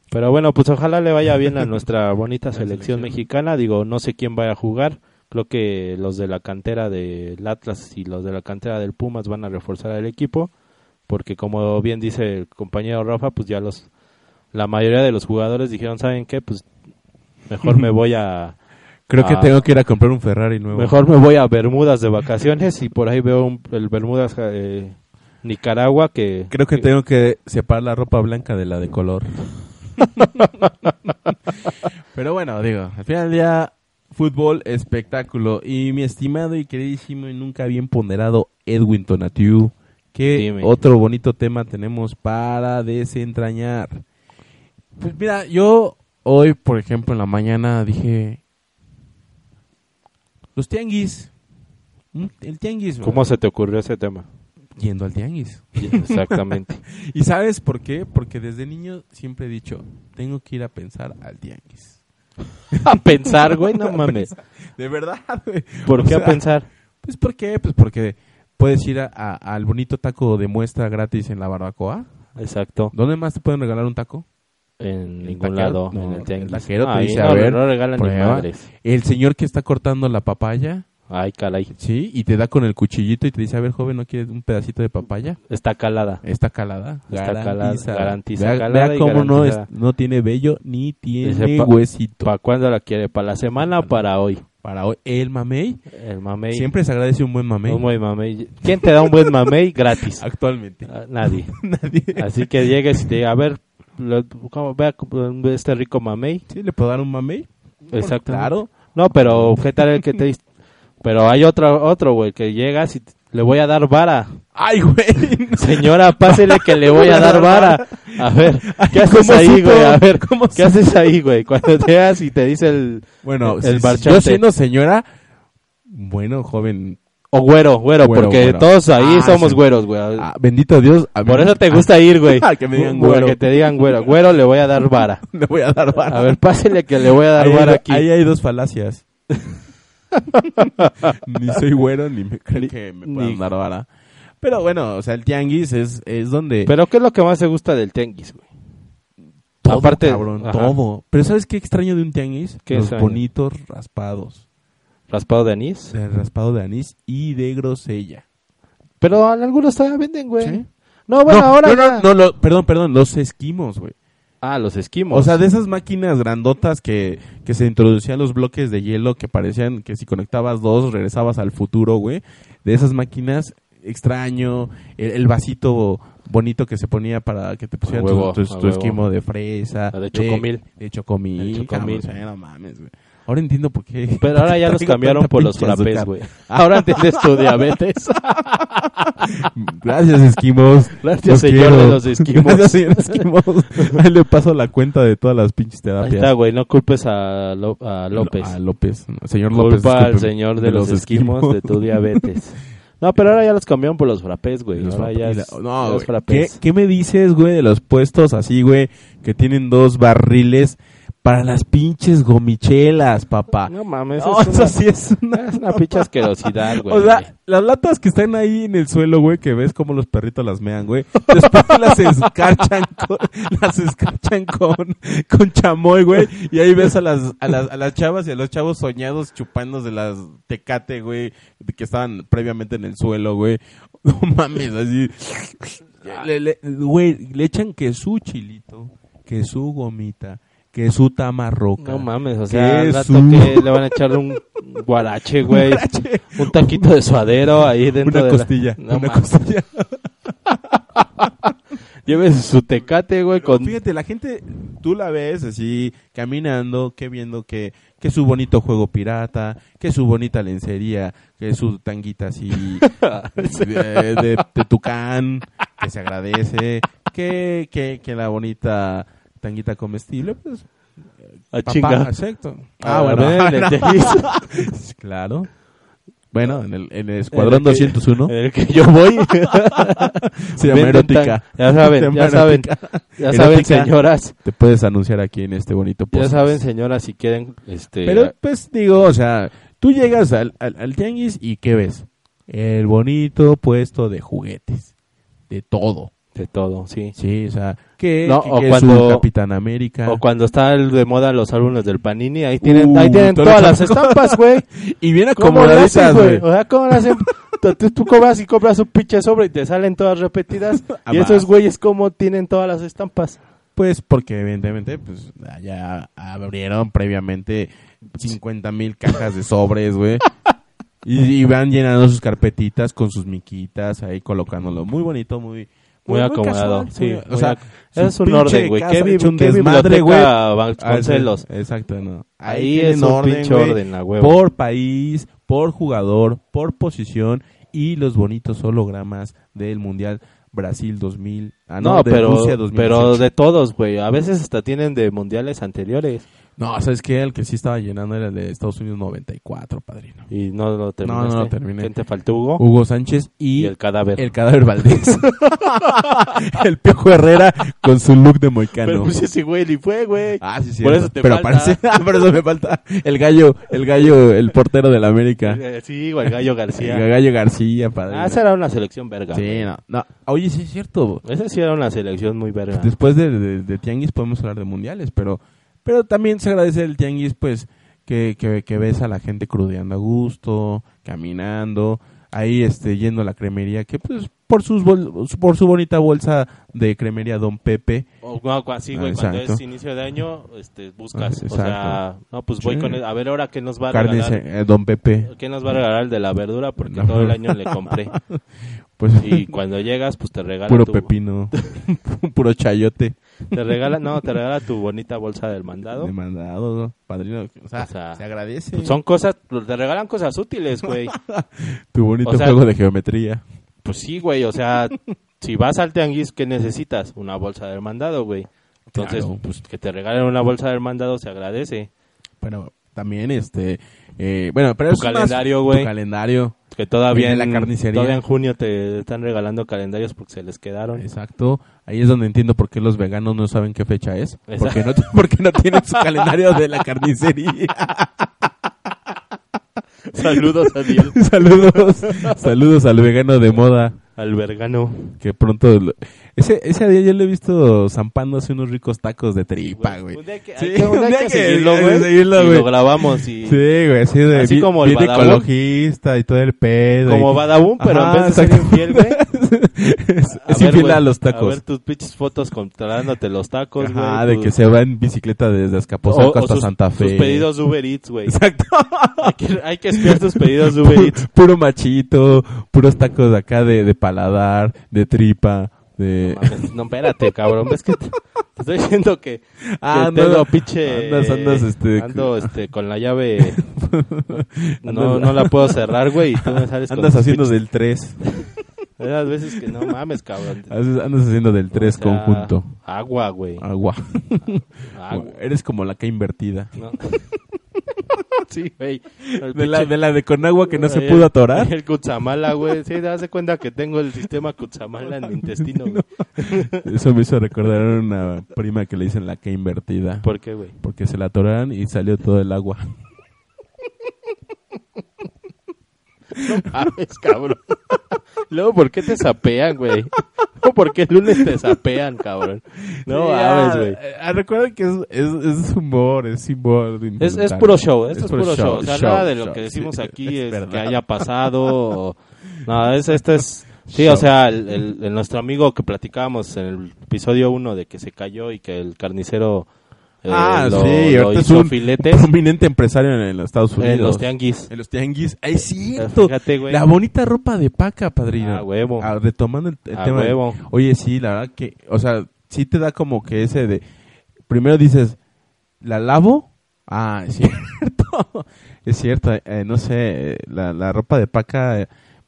Speaker 1: Pero bueno, pues ojalá le vaya bien a nuestra bonita selección
Speaker 2: selección.
Speaker 1: mexicana. Digo, no sé quién vaya a jugar. Creo que los de la cantera del Atlas y los de la cantera del Pumas van a reforzar el equipo. Porque como bien dice el compañero Rafa, pues ya los la mayoría de los jugadores dijeron, ¿saben qué? Pues mejor me voy a
Speaker 2: Creo que
Speaker 1: Ah.
Speaker 2: tengo que ir a comprar un Ferrari
Speaker 1: *laughs*
Speaker 2: nuevo.
Speaker 1: mejor me voy a Bermudas de vacaciones y por ahí veo un- el Bermudas eh, Nicaragua que
Speaker 2: Creo que tengo que separar la ropa blanca de la
Speaker 1: *laughs*
Speaker 2: de color. Pero bueno, digo, al final del día, fútbol, espectáculo. Y mi estimado y queridísimo y nunca bien ponderado Edwin Tonatiu, que
Speaker 1: Dime.
Speaker 2: otro bonito tema tenemos para desentrañar. Pues mira, yo hoy, por ejemplo, en la mañana dije, los tianguis, mm, el tianguis,
Speaker 1: ¿Cómo se te ocurrió ese tema?
Speaker 2: yendo al tianguis.
Speaker 1: Exactamente.
Speaker 2: ¿Y sabes por qué? Porque desde niño siempre he dicho, tengo que ir a pensar al tianguis.
Speaker 1: *laughs*
Speaker 2: *laughs*
Speaker 1: a pensar, güey, no mames.
Speaker 2: De verdad, güey.
Speaker 1: ¿Por
Speaker 2: O
Speaker 1: qué a
Speaker 2: sea,
Speaker 1: pensar?
Speaker 2: Pues ¿por qué? Pues porque puedes ir a- a- al bonito taco de muestra gratis en la barbacoa.
Speaker 1: Exacto.
Speaker 2: ¿Dónde más te pueden regalar un taco?
Speaker 1: En ningún
Speaker 2: taquero?
Speaker 1: lado,
Speaker 2: No,
Speaker 1: en el tianguis.
Speaker 2: el taquero te
Speaker 1: Ahí
Speaker 2: dice,
Speaker 1: no,
Speaker 2: a ver,
Speaker 1: no regalan ni
Speaker 2: prueba.
Speaker 1: madres.
Speaker 2: El señor que está cortando la papaya.
Speaker 1: Ay, caray.
Speaker 2: Sí, y te da con el cuchillito y te dice, a ver, joven, ¿no quieres un pedacito de papaya?
Speaker 1: Está calada.
Speaker 2: Está calada.
Speaker 1: Está calada, garantiza
Speaker 2: Vea-
Speaker 1: calada
Speaker 2: vea
Speaker 1: y
Speaker 2: cómo no, es-
Speaker 1: garantizada.
Speaker 2: no tiene vello ni tiene
Speaker 1: Dice, pa-
Speaker 2: huesito.
Speaker 1: ¿Para cuándo la quiere? ¿Para la semana o para hoy?
Speaker 2: Para hoy, el mamey.
Speaker 1: El mamey.
Speaker 2: Siempre se agradece un buen mamey.
Speaker 1: Un buen mamey. ¿Quién te da un buen mamey
Speaker 2: *laughs*
Speaker 1: gratis?
Speaker 2: Actualmente.
Speaker 1: Ah, Nadie.
Speaker 2: Nadie.
Speaker 1: Así que llegues y te diga, a ver, lo- ¿cómo vea este rico mamey?
Speaker 2: Sí, le puedo dar un mamey.
Speaker 1: Exacto.
Speaker 2: Claro.
Speaker 1: No, pero ¿qué tal el que te diste? Pero hay otro, otro güey, que llegas y t- le voy a dar vara.
Speaker 2: Ay, güey.
Speaker 1: Señora, pásele que le voy a dar vara. A ver, *laughs* ¿qué haces
Speaker 2: ¿cómo
Speaker 1: ahí,
Speaker 2: supo?
Speaker 1: güey? A ver,
Speaker 2: ¿Cómo
Speaker 1: ¿qué haces ahí, güey? Cuando te das y te dice el...
Speaker 2: Bueno,
Speaker 1: El
Speaker 2: si- si
Speaker 1: marchante.
Speaker 2: yo siendo señora, bueno, joven,
Speaker 1: O güero, güero,
Speaker 2: Güero,
Speaker 1: porque
Speaker 2: güero.
Speaker 1: todos ahí
Speaker 2: Ah,
Speaker 1: somos
Speaker 2: sí.
Speaker 1: güeros, güey.
Speaker 2: ah, bendito Dios. a mí-
Speaker 1: Por eso te
Speaker 2: *laughs*
Speaker 1: gusta ir, güey.
Speaker 2: Ah, que me digan
Speaker 1: Porque
Speaker 2: güero.
Speaker 1: te digan güero. Güero le voy a dar vara.
Speaker 2: ah, le voy a dar vara.
Speaker 1: A ver, pásele que le voy a dar
Speaker 2: ahí,
Speaker 1: vara
Speaker 2: hay,
Speaker 1: aquí.
Speaker 2: ahí hay dos falacias.
Speaker 1: *laughs*
Speaker 2: ni soy güero, ni me creo que me puedan
Speaker 1: ni-
Speaker 2: dar vara. Pero bueno, o sea, el tianguis es, es donde...
Speaker 1: Pero ¿qué es lo que más te gusta del tianguis, güey?
Speaker 2: todo,
Speaker 1: aparte-
Speaker 2: cabrón,
Speaker 1: ajá.
Speaker 2: todo. Pero ¿sabes qué extraño de un tianguis?
Speaker 1: ¿Qué
Speaker 2: Los
Speaker 1: extraño?
Speaker 2: bonitos raspados.
Speaker 1: ¿Raspado de anís?
Speaker 2: El raspado de anís y de grosella.
Speaker 1: Pero en algunos todavía venden, güey.
Speaker 2: ¿Sí?
Speaker 1: No, bueno,
Speaker 2: no,
Speaker 1: ahora...
Speaker 2: no, no,
Speaker 1: ya-
Speaker 2: no, lo- perdón, perdón, los esquimos, güey.
Speaker 1: Ah, los esquimos.
Speaker 2: O sea, de esas máquinas grandotas que, que se introducían los bloques de hielo que parecían que si conectabas dos regresabas al futuro, güey. De esas máquinas extraño, el, el vasito bonito que se ponía para que te pusieran tu-
Speaker 1: huevo,
Speaker 2: tu,
Speaker 1: a
Speaker 2: tu
Speaker 1: huevo.
Speaker 2: esquimo de fresa.
Speaker 1: La de chocomil.
Speaker 2: De, chocomil.
Speaker 1: El chocomil.
Speaker 2: cabrón, o sea, no mames, güey. Ahora entiendo por qué.
Speaker 1: Pero ahora
Speaker 2: *laughs*
Speaker 1: ya los
Speaker 2: traigo
Speaker 1: cambiaron
Speaker 2: tanta
Speaker 1: por los
Speaker 2: pinche
Speaker 1: frappés,
Speaker 2: azúcar.
Speaker 1: güey. Ahora entiendes
Speaker 2: *laughs*
Speaker 1: tu diabetes.
Speaker 2: Gracias, esquimos.
Speaker 1: *laughs* Gracias, señor de los esquimos.
Speaker 2: Gracias, señor
Speaker 1: *laughs*
Speaker 2: esquimos. Ahí le paso la cuenta de todas las pinches
Speaker 1: Ahí
Speaker 2: terapias.
Speaker 1: está, güey. No culpes a, Lo- a López.
Speaker 2: A López. Señor López.
Speaker 1: Culpa al
Speaker 2: discúlpeme.
Speaker 1: señor de los esquimos
Speaker 2: *laughs*
Speaker 1: de tu diabetes. No, pero ahora ya los cambiaron por los frappés, güey.
Speaker 2: Los
Speaker 1: Ahora
Speaker 2: frap-
Speaker 1: ya
Speaker 2: y la-
Speaker 1: es-
Speaker 2: no,
Speaker 1: los
Speaker 2: güey. ¿Qué,
Speaker 1: frappés.
Speaker 2: ¿Qué me dices, güey, de los puestos así, güey, que tienen dos barriles para las pinches gomichelas, papá?
Speaker 1: No mames,
Speaker 2: No, *laughs*
Speaker 1: es,
Speaker 2: eso
Speaker 1: una,
Speaker 2: sí es una...
Speaker 1: es una pinche asquerosidad, güey.
Speaker 2: *laughs* O sea, las latas que están ahí en el suelo, güey, que ves como los perritos las mean, güey. Después *laughs* las escarchan con, las escarchan con, con chamoy, güey. Y ahí ves a las, a las, a las chavas y a los chavos soñados chupándose las tecate, güey, de que estaban previamente en el suelo, güey. *laughs* No mames, así. Le, le- güey, le echan que su chilito, que su gomita, que su tamarroca.
Speaker 1: no mames, o sea, al
Speaker 2: es
Speaker 1: rato
Speaker 2: un- *laughs*
Speaker 1: que le van a echar un guarache, güey.
Speaker 2: Guarache.
Speaker 1: Un taquito de suadero ahí dentro
Speaker 2: Una
Speaker 1: de la-
Speaker 2: costilla,
Speaker 1: No
Speaker 2: una
Speaker 1: mames.
Speaker 2: costilla.
Speaker 1: Llévese su tecate, güey, con...
Speaker 2: Fíjate, la gente, tú la ves así, caminando, que viendo que, que su bonito juego pirata, que su bonita lencería, que su tanguita así
Speaker 1: *laughs*
Speaker 2: de, de- de tucán, que se agradece, que, que, que la bonita tanguita comestible, pues,
Speaker 1: A
Speaker 2: papá,
Speaker 1: chingar.
Speaker 2: exacto.
Speaker 1: Ah,
Speaker 2: *laughs*
Speaker 1: bueno, *laughs* en el tenis.
Speaker 2: claro. Bueno, en el, en el escuadrón 201
Speaker 1: *laughs* En el que yo voy.
Speaker 2: se llama
Speaker 1: Venden tan-
Speaker 2: erótica.
Speaker 1: Ya
Speaker 2: Se *laughs*
Speaker 1: saben,
Speaker 2: llama
Speaker 1: ya saben,
Speaker 2: erótica.
Speaker 1: ya saben,
Speaker 2: Erótica.
Speaker 1: señoras.
Speaker 2: Te puedes anunciar aquí en este bonito
Speaker 1: Ya
Speaker 2: podcast.
Speaker 1: saben, señoras, si quieren, este...
Speaker 2: Pero pues digo, o sea, tú llegas al, al, al tianguis y ¿qué ves? El bonito puesto de juguetes, de todo.
Speaker 1: De todo, sí.
Speaker 2: Sí, o sea, que,
Speaker 1: No,
Speaker 2: que-
Speaker 1: o
Speaker 2: que es un
Speaker 1: cuando-
Speaker 2: Capitán América.
Speaker 1: O cuando está el de moda los álbumes del Panini, ahí tienen, ahí
Speaker 2: Uh,
Speaker 1: tienen
Speaker 2: todo
Speaker 1: todas
Speaker 2: lo- *laughs*
Speaker 1: las estampas, güey.
Speaker 2: Y bien
Speaker 1: ¿Cómo lo hacen,
Speaker 2: acomodaditas,
Speaker 1: güey?
Speaker 2: güey.
Speaker 1: O sea, ¿cómo lo
Speaker 2: *laughs*
Speaker 1: hacen? Tú- Tú, tú cobras y compras un pinche sobre y te salen todas
Speaker 2: *laughs*
Speaker 1: repetidas.
Speaker 2: Ah,
Speaker 1: y
Speaker 2: va.
Speaker 1: esos güeyes, ¿cómo tienen todas las estampas?
Speaker 2: Pues porque evidentemente pues ya abrieron previamente 50 mil cajas de sobres, güey. Y, y van llenando sus carpetitas con sus miquitas, ahí colocándolo. Muy bonito, muy...
Speaker 1: Muy acomodado,
Speaker 2: casual,
Speaker 1: sí,
Speaker 2: muy-
Speaker 1: muy
Speaker 2: o sea,
Speaker 1: ac- Ese es
Speaker 2: su
Speaker 1: un
Speaker 2: pinche
Speaker 1: orden, güey.
Speaker 2: casa
Speaker 1: Qué,
Speaker 2: hecho
Speaker 1: bi-
Speaker 2: un
Speaker 1: qué
Speaker 2: desmadre,
Speaker 1: biblioteca
Speaker 2: Ah,
Speaker 1: Vasconcelos.
Speaker 2: sí, Exacto, no.
Speaker 1: Ahí
Speaker 2: tienen
Speaker 1: es un pinche
Speaker 2: güey,
Speaker 1: orden, la huevo.
Speaker 2: Por país, por jugador, por posición y los bonitos hologramas del Mundial Brasil 2000. Ah, no,
Speaker 1: no,
Speaker 2: de
Speaker 1: pero,
Speaker 2: Rusia 2018.
Speaker 1: pero de todos, güey. A veces hasta tienen de mundiales anteriores.
Speaker 2: No, ¿sabes qué? El que sí estaba llenando era el de Estados Unidos 94, padrino.
Speaker 1: Y no lo terminaste.
Speaker 2: no lo terminé.
Speaker 1: ¿Quién te faltó, Hugo?
Speaker 2: Hugo Sánchez y,
Speaker 1: Oh. y el cadáver.
Speaker 2: el cadáver Valdés. *laughs* el Piojo Herrera con su look de moicano.
Speaker 1: Pero pues ese güey ni fue, güey.
Speaker 2: Ah, sí, sí.
Speaker 1: Por eso te
Speaker 2: Pero
Speaker 1: falta.
Speaker 2: aparece- ah, *laughs* por eso me falta. El gallo, el gallo, el portero del América.
Speaker 1: Eh, Sí, güey, Gallo
Speaker 2: El
Speaker 1: García.
Speaker 2: gallo García, padre.
Speaker 1: Ah, esa era una selección verga.
Speaker 2: sí, no, no. Oye, sí es cierto.
Speaker 1: Esa sí era una selección muy verga.
Speaker 2: Después de, de- de Tianguis podemos hablar de mundiales, pero, pero también se agradece el Tianguis, pues, que, que, que ves a la gente crudeando a gusto, caminando, ahí este, yendo a la cremería, que pues por, sus bol- por su bonita bolsa de cremería Don Pepe,
Speaker 1: O, no, así, güey,
Speaker 2: Ah,
Speaker 1: cuando
Speaker 2: exacto.
Speaker 1: es inicio de año, este, buscas.
Speaker 2: Ah,
Speaker 1: o sea, no, pues voy
Speaker 2: Sí.
Speaker 1: con el- A ver, ahora qué nos va a
Speaker 2: carnes
Speaker 1: regalar.
Speaker 2: eh, Don Pepe.
Speaker 1: ¿Qué nos va a regalar el de la verdura? Porque
Speaker 2: No.
Speaker 1: todo el año le
Speaker 2: *laughs*
Speaker 1: compré.
Speaker 2: Pues
Speaker 1: Y cuando llegas, pues te regala
Speaker 2: *laughs* puro
Speaker 1: tu,
Speaker 2: pepino, puro chayote.
Speaker 1: Te regala, no, te regala tu bonita bolsa del mandado.
Speaker 2: Demandado, ¿no? padrino. O sea,
Speaker 1: O sea,
Speaker 2: se agradece.
Speaker 1: Pues son cosas, te regalan cosas útiles, güey.
Speaker 2: tu bonito
Speaker 1: o sea-
Speaker 2: juego de geometría.
Speaker 1: Pues sí, güey, o sea, si vas al tianguis, ¿qué necesitas? Una bolsa del mandado, güey. Entonces,
Speaker 2: Claro.
Speaker 1: pues que te regalen una bolsa del mandado se agradece.
Speaker 2: Pero también, este. eh, bueno, pero
Speaker 1: Tu
Speaker 2: es más-
Speaker 1: calendario, güey.
Speaker 2: Tu calendario,
Speaker 1: Que todavía
Speaker 2: Viene
Speaker 1: en,
Speaker 2: la carnicería.
Speaker 1: todavía en junio te están regalando calendarios porque se les quedaron. *laughs*
Speaker 2: exacto. Ahí es donde entiendo por qué los veganos no saben qué fecha es.
Speaker 1: Exacto.
Speaker 2: Porque no, *laughs* porque no tienen su calendario de la
Speaker 1: *laughs*
Speaker 2: carnicería.
Speaker 1: Saludos a Diel,
Speaker 2: saludos, saludos al vegano de moda.
Speaker 1: al vergano.
Speaker 2: Que pronto. lo- Ese, ese día yo lo he visto zampándose unos ricos tacos de tripa, güey.
Speaker 1: Un día que,
Speaker 2: Sí,
Speaker 1: hay que- un día que seguirlo,
Speaker 2: hay que
Speaker 1: güey,
Speaker 2: seguirlo,
Speaker 1: y
Speaker 2: güey.
Speaker 1: lo grabamos y...
Speaker 2: Sí, güey, así de
Speaker 1: Así
Speaker 2: bien-
Speaker 1: como el
Speaker 2: bien
Speaker 1: Badabun.
Speaker 2: ecologista y todo el pedo.
Speaker 1: Como
Speaker 2: y- *laughs*
Speaker 1: Badabun, pero
Speaker 2: Ajá,
Speaker 1: en vez de ser
Speaker 2: exacto. *laughs*
Speaker 1: infiel, güey.
Speaker 2: es
Speaker 1: A
Speaker 2: es
Speaker 1: ver,
Speaker 2: infiel
Speaker 1: güey,
Speaker 2: a los
Speaker 1: A ver
Speaker 2: tacos.
Speaker 1: tus pinches fotos controlándote los tacos, güey.
Speaker 2: Ajá, de
Speaker 1: tus-
Speaker 2: que se va en bicicleta desde Azcapotzalco hasta
Speaker 1: sus-
Speaker 2: Santa Fe.
Speaker 1: Sus pedidos de Uber Eats, güey.
Speaker 2: Exacto.
Speaker 1: Hay que, hay que espiar tus pedidos de Uber
Speaker 2: *laughs*
Speaker 1: Eats.
Speaker 2: Puro machito, puros tacos de acá de, de paladar, de tripa, de...
Speaker 1: Mames, No, espérate, cabrón. Es que te, te estoy diciendo que,
Speaker 2: *laughs* Ah,
Speaker 1: que te
Speaker 2: no,
Speaker 1: lo pinche.
Speaker 2: andas- andas, este,
Speaker 1: Ando este, con la
Speaker 2: *laughs*
Speaker 1: llave. No,
Speaker 2: Andas-
Speaker 1: no la puedo cerrar, güey. Y tú me sales con.
Speaker 2: Andas
Speaker 1: tus
Speaker 2: haciendo del 3.
Speaker 1: pinches- Hay las veces que no mames, cabrón.
Speaker 2: Andas haciendo del 3
Speaker 1: O sea,
Speaker 2: conjunto. Ah,
Speaker 1: Agua, güey.
Speaker 2: Agua.
Speaker 1: Agua.
Speaker 2: *laughs* Eres como la que invertida. *laughs*
Speaker 1: No. sí, güey. El
Speaker 2: De la,
Speaker 1: pinche-
Speaker 2: de la de Conagua que no se
Speaker 1: Eh,
Speaker 2: pudo atorar.
Speaker 1: El Cutzamala, güey. Sí, te das de cuenta que tengo el sistema Cutzamala en mi intestino,
Speaker 2: *laughs*
Speaker 1: güey.
Speaker 2: *laughs* Eso me hizo recordar a una prima que le dicen la que invertida.
Speaker 1: ¿Por qué, güey?
Speaker 2: Porque se la atoraron y salió todo el agua.
Speaker 1: mames, cabrón. *laughs* Luego, ¿por qué te sapean, güey? No, ¿por qué el lunes te sapean, cabrón? No
Speaker 2: Sí,
Speaker 1: mames,
Speaker 2: ah,
Speaker 1: güey.
Speaker 2: eh, ah, Recuerda que es, es, es humor, es humor.
Speaker 1: Es, es
Speaker 2: involuntario.
Speaker 1: puro show, esto es, puro show. O sea,
Speaker 2: show,
Speaker 1: nada de lo
Speaker 2: show,
Speaker 1: que decimos
Speaker 2: sí,
Speaker 1: aquí
Speaker 2: *laughs* es
Speaker 1: es, que
Speaker 2: verdad.
Speaker 1: haya pasado.
Speaker 2: *laughs*
Speaker 1: o- No, es, esto es... Sí,
Speaker 2: Show.
Speaker 1: o sea, el, el- el nuestro amigo que platicábamos en el episodio 1 de que se cayó y que el carnicero eh,
Speaker 2: ah,
Speaker 1: lo,
Speaker 2: sí,
Speaker 1: lo
Speaker 2: ahorita es
Speaker 1: hizo
Speaker 2: *laughs* un
Speaker 1: filetes
Speaker 2: prominente empresario en, los Estados Unidos.
Speaker 1: en los tianguis.
Speaker 2: En
Speaker 1: *laughs*
Speaker 2: los tianguis. Ay, cierto.
Speaker 1: Fíjate, güey.
Speaker 2: La bonita ropa de paca, padrino.
Speaker 1: A huevo.
Speaker 2: Ah, retomando el, el
Speaker 1: A
Speaker 2: tema. de-
Speaker 1: huevo.
Speaker 2: Oye, sí, la verdad que, o sea, sí te da como que ese de, primero dices, ¿la lavo? Ah,
Speaker 1: *laughs*
Speaker 2: es cierto, es cierto, eh, no sé, eh, la, la ropa de paca, eh,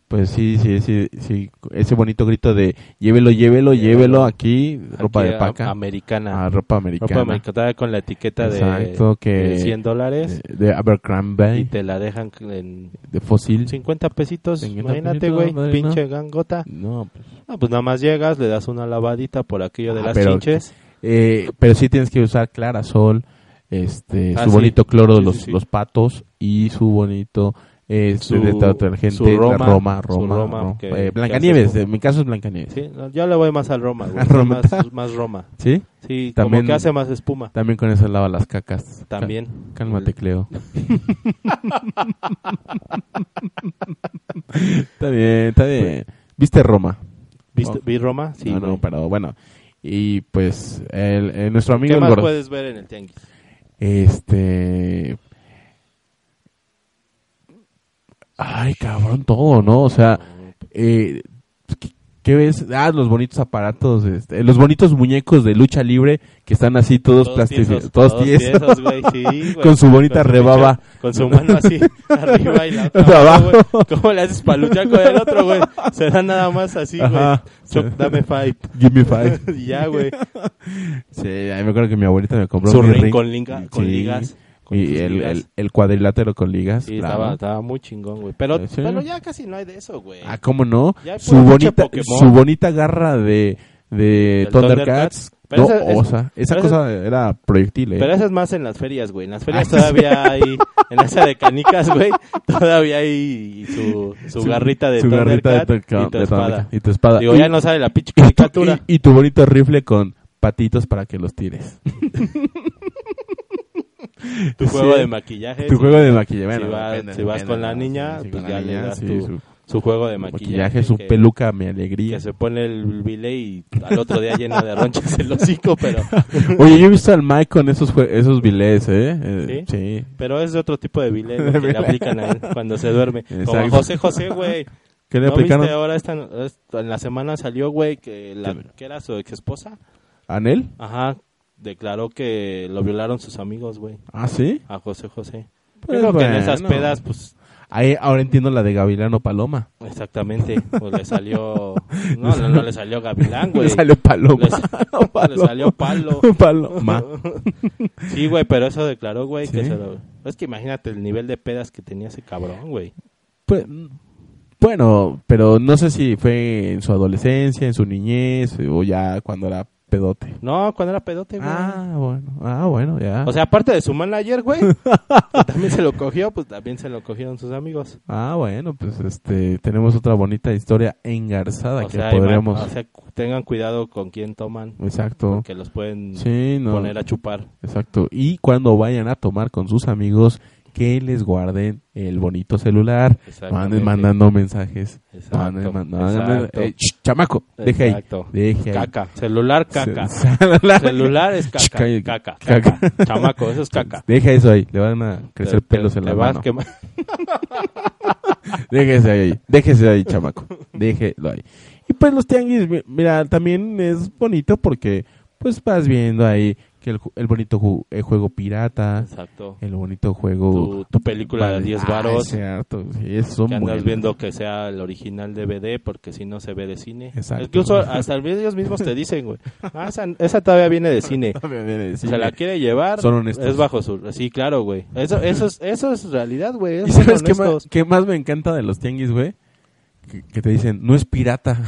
Speaker 2: pues sí, sí, sí, sí, ese bonito grito de, llévelo, llévelo, llévelo aquí, ropa
Speaker 1: Aquí,
Speaker 2: de
Speaker 1: a-
Speaker 2: paca.
Speaker 1: americana.
Speaker 2: Ah, ropa americana.
Speaker 1: Ropa americana con la etiqueta de,
Speaker 2: Exacrombie
Speaker 1: de 100 dólares
Speaker 2: De,
Speaker 1: y
Speaker 2: de Abercrombie,
Speaker 1: te la dejan en
Speaker 2: de Fossil.
Speaker 1: 50 pesitos.
Speaker 2: 50
Speaker 1: Imagínate,
Speaker 2: pesitos,
Speaker 1: güey,
Speaker 2: madre,
Speaker 1: pinche gangota.
Speaker 2: No, pues,
Speaker 1: Ah, pues nada más llegas, le das una lavadita por aquello de
Speaker 2: Ah,
Speaker 1: las
Speaker 2: pero-
Speaker 1: chinches.
Speaker 2: Eh, pero sí tienes que usar clarasol, este,
Speaker 1: Ah,
Speaker 2: su
Speaker 1: sí.
Speaker 2: bonito cloro de
Speaker 1: Sí,
Speaker 2: los,
Speaker 1: sí, sí.
Speaker 2: los patos y su bonito este,
Speaker 1: Su-
Speaker 2: de detergente,
Speaker 1: su
Speaker 2: la
Speaker 1: Roma,
Speaker 2: Roma, Roma,
Speaker 1: su Roma,
Speaker 2: Roma.
Speaker 1: que-
Speaker 2: Eh,
Speaker 1: que hace
Speaker 2: Blancanieves,
Speaker 1: como-
Speaker 2: en mi caso es Blancanieves. ¿Sí?
Speaker 1: Sí, no, yo le voy más al
Speaker 2: *laughs*
Speaker 1: Roma, güey.
Speaker 2: ¿A Roma?
Speaker 1: Más, más Roma. Sí,
Speaker 2: También-
Speaker 1: como que hace más espuma.
Speaker 2: También con eso lava las cacas.
Speaker 1: También.
Speaker 2: Cá-
Speaker 1: *laughs*
Speaker 2: Cálmate, Cleo. está bien, está bien. ¿Viste Roma? Ah,
Speaker 1: ¿Viste, ¿Vi Roma? Pues, Sí.
Speaker 2: no, no,
Speaker 1: güey.
Speaker 2: pero bueno. Y pues, el, el- nuestro amigo
Speaker 1: ¿Qué
Speaker 2: el
Speaker 1: más
Speaker 2: gordo-
Speaker 1: puedes ver en el tianguis?
Speaker 2: Este. Ay, cabrón, todo, ¿no? O sea, eh, ¿qué, qué ves? Ah, los bonitos aparatos, este, los bonitos muñecos de lucha libre que están así todos, plastificados,
Speaker 1: tiesos,
Speaker 2: todos,
Speaker 1: todos
Speaker 2: tiesos.
Speaker 1: tiesos, güey,
Speaker 2: *laughs*
Speaker 1: sí, güey.
Speaker 2: Con su bonita rebaba.
Speaker 1: pinche- Con su mano
Speaker 2: *laughs*
Speaker 1: así, arriba y la otra
Speaker 2: De
Speaker 1: abajo,
Speaker 2: abajo.
Speaker 1: güey. ¿Cómo le haces para luchar con el otro, güey? Se da nada más así, güey.
Speaker 2: Ajá.
Speaker 1: Choc, Dame five.
Speaker 2: *laughs* Give me five.
Speaker 1: *laughs* Y ya, güey.
Speaker 2: Sí, ahí me acuerdo que mi abuelita me compró
Speaker 1: Su
Speaker 2: mi
Speaker 1: ring
Speaker 2: ring.
Speaker 1: con, linga- con
Speaker 2: Sí.
Speaker 1: ligas. con
Speaker 2: Y
Speaker 1: sus
Speaker 2: el,
Speaker 1: ligas.
Speaker 2: el, el cuadrilátero con ligas.
Speaker 1: Sí,
Speaker 2: pues, claro.
Speaker 1: estaba, estaba muy chingón, güey. Pero,
Speaker 2: Sí.
Speaker 1: pero ya casi no hay de eso, güey.
Speaker 2: Ah, ¿cómo no?
Speaker 1: Ya hay
Speaker 2: Su
Speaker 1: puro pinche
Speaker 2: bonita,
Speaker 1: Pokémon.
Speaker 2: su bonita garra de, de
Speaker 1: Del
Speaker 2: Thundercats.
Speaker 1: Thundercats. Pero
Speaker 2: No,
Speaker 1: esa- es-
Speaker 2: o sea, esa
Speaker 1: pero
Speaker 2: cosa era proyectil, ¿eh? Ah,
Speaker 1: Pero eso es más en las ferias, güey. En las
Speaker 2: *laughs*
Speaker 1: ferias todavía hay, en esa de canicas, güey, *laughs* todavía hay su, su, garrita de
Speaker 2: su garrita de
Speaker 1: Thundercat
Speaker 2: Thundercat-
Speaker 1: y tu
Speaker 2: de
Speaker 1: espada.
Speaker 2: Thundercat, y tu espada.
Speaker 1: Digo,
Speaker 2: Y-
Speaker 1: ya no sale la pinche
Speaker 2: y, tu,
Speaker 1: caricatura.
Speaker 2: y- y tu bonito rifle con patitos para que los tires.
Speaker 1: Tu
Speaker 2: Sí. *laughs*
Speaker 1: juego de maquillaje.
Speaker 2: Tu
Speaker 1: si-
Speaker 2: juego de maquillaje.
Speaker 1: Si,
Speaker 2: bueno,
Speaker 1: vas-
Speaker 2: depende,
Speaker 1: si vas
Speaker 2: depende,
Speaker 1: con la
Speaker 2: ¿no?
Speaker 1: niña,
Speaker 2: Sí,
Speaker 1: pues
Speaker 2: con
Speaker 1: ya
Speaker 2: la
Speaker 1: le
Speaker 2: niña,
Speaker 1: das
Speaker 2: sí,
Speaker 1: tu,
Speaker 2: su
Speaker 1: su juego de maquillaje.
Speaker 2: maquillaje, su
Speaker 1: que-
Speaker 2: peluca, mi
Speaker 1: Que
Speaker 2: alegría.
Speaker 1: se pone el bilé y al otro día lleno de ronchas el hocico, pero,
Speaker 2: Oye, yo he visto al Mike con esos, jue- esos billets, ¿eh?
Speaker 1: ¿Sí?
Speaker 2: Eh, sí.
Speaker 1: pero es de otro tipo de bilé
Speaker 2: *laughs*
Speaker 1: lo que le aplican a él cuando se duerme. Como a
Speaker 2: Exacto.
Speaker 1: José José, güey.
Speaker 2: ¿Qué le
Speaker 1: ¿No
Speaker 2: aplicaron
Speaker 1: viste ahora esta, esta- en la semana salió, güey, que la
Speaker 2: ¿Qué?
Speaker 1: que era su ex esposa?
Speaker 2: a él?
Speaker 1: Ajá, declaró que lo violaron sus amigos, güey,
Speaker 2: ¿Ah, sí?
Speaker 1: a José José.
Speaker 2: Pues
Speaker 1: Yo creo que en
Speaker 2: bueno.
Speaker 1: esas pedas, pues,
Speaker 2: Ahí, ahora entiendo la de Gavilano Paloma.
Speaker 1: exactamente, pues le
Speaker 2: *laughs*
Speaker 1: salió, no, no, no le salió Gavilán, güey.
Speaker 2: Le
Speaker 1: *laughs*
Speaker 2: salió Paloma. *laughs*
Speaker 1: Le sa- le salió palo.
Speaker 2: Paloma.
Speaker 1: Sí, güey, pero eso declaró, güey, que
Speaker 2: ¿Sí?
Speaker 1: se lo... Es que imagínate el nivel de pedas que tenía ese cabrón, güey.
Speaker 2: Pues, bueno, pero no sé si fue en su adolescencia, en su niñez, o ya cuando era pedote.
Speaker 1: No, cuando era pedote, güey.
Speaker 2: Ah, bueno, ah, bueno, ya.
Speaker 1: O sea, aparte de su manager, güey, que también se lo cogió, pues también se lo cogieron sus amigos.
Speaker 2: ah, bueno, pues este, tenemos otra bonita historia engarzada
Speaker 1: O
Speaker 2: que
Speaker 1: sea, Ah,
Speaker 2: podríamos...
Speaker 1: ima- o sea, cu- tengan cuidado con quién toman,
Speaker 2: Exacto.
Speaker 1: que los pueden
Speaker 2: Sí, no.
Speaker 1: poner a chupar.
Speaker 2: Exacto. Y cuando vayan a tomar con sus amigos, que les guarden el bonito celular. No anden
Speaker 1: Exactamente.
Speaker 2: mandando mensajes.
Speaker 1: Exacto,
Speaker 2: No anden man- no anden-
Speaker 1: exacto.
Speaker 2: eh, ch- chamaco, deje ahí.
Speaker 1: Exacto.
Speaker 2: Deje ahí.
Speaker 1: Caca, celular
Speaker 2: *laughs*
Speaker 1: caca.
Speaker 2: Celular.
Speaker 1: Celular es
Speaker 2: Ch-
Speaker 1: caca,
Speaker 2: calle-
Speaker 1: caca,
Speaker 2: caca.
Speaker 1: caca. Chamaco,
Speaker 2: *laughs*
Speaker 1: eso es caca.
Speaker 2: Deja eso ahí, le van a crecer
Speaker 1: Te- te-
Speaker 2: pelos en
Speaker 1: te
Speaker 2: la
Speaker 1: vas
Speaker 2: mano.
Speaker 1: quema- *laughs*
Speaker 2: Déjese ahí,
Speaker 1: *laughs*
Speaker 2: déjese ahí, chamaco. Déjelo ahí. Y pues los tianguis, mi- mira, también es bonito porque pues vas viendo ahí que el, ju- el bonito ju- el juego pirata,
Speaker 1: Exacto.
Speaker 2: el bonito juego...
Speaker 1: Tu, tu película de
Speaker 2: Vale.
Speaker 1: 10
Speaker 2: Eh, Ah, es
Speaker 1: varos.
Speaker 2: cierto, sí, esos son
Speaker 1: que andas
Speaker 2: buenos. *laughs*
Speaker 1: viendo que sea el original DVD porque si no se ve de cine.
Speaker 2: Exacto.
Speaker 1: Incluso hasta *laughs* ellos mismos te dicen, güey. "Ah, esa, esa todavía viene de cine.
Speaker 2: Sí,
Speaker 1: se la quiere llevar.
Speaker 2: Son honestos.
Speaker 1: Es bajo su. Sí, claro, güey. Eso, eso, es, eso es realidad, güey.
Speaker 2: *laughs* ¿Y
Speaker 1: Son
Speaker 2: sabes qué más,
Speaker 1: honestos.
Speaker 2: qué más me encanta de los tianguis, güey? Que, que te dicen, no es pirata.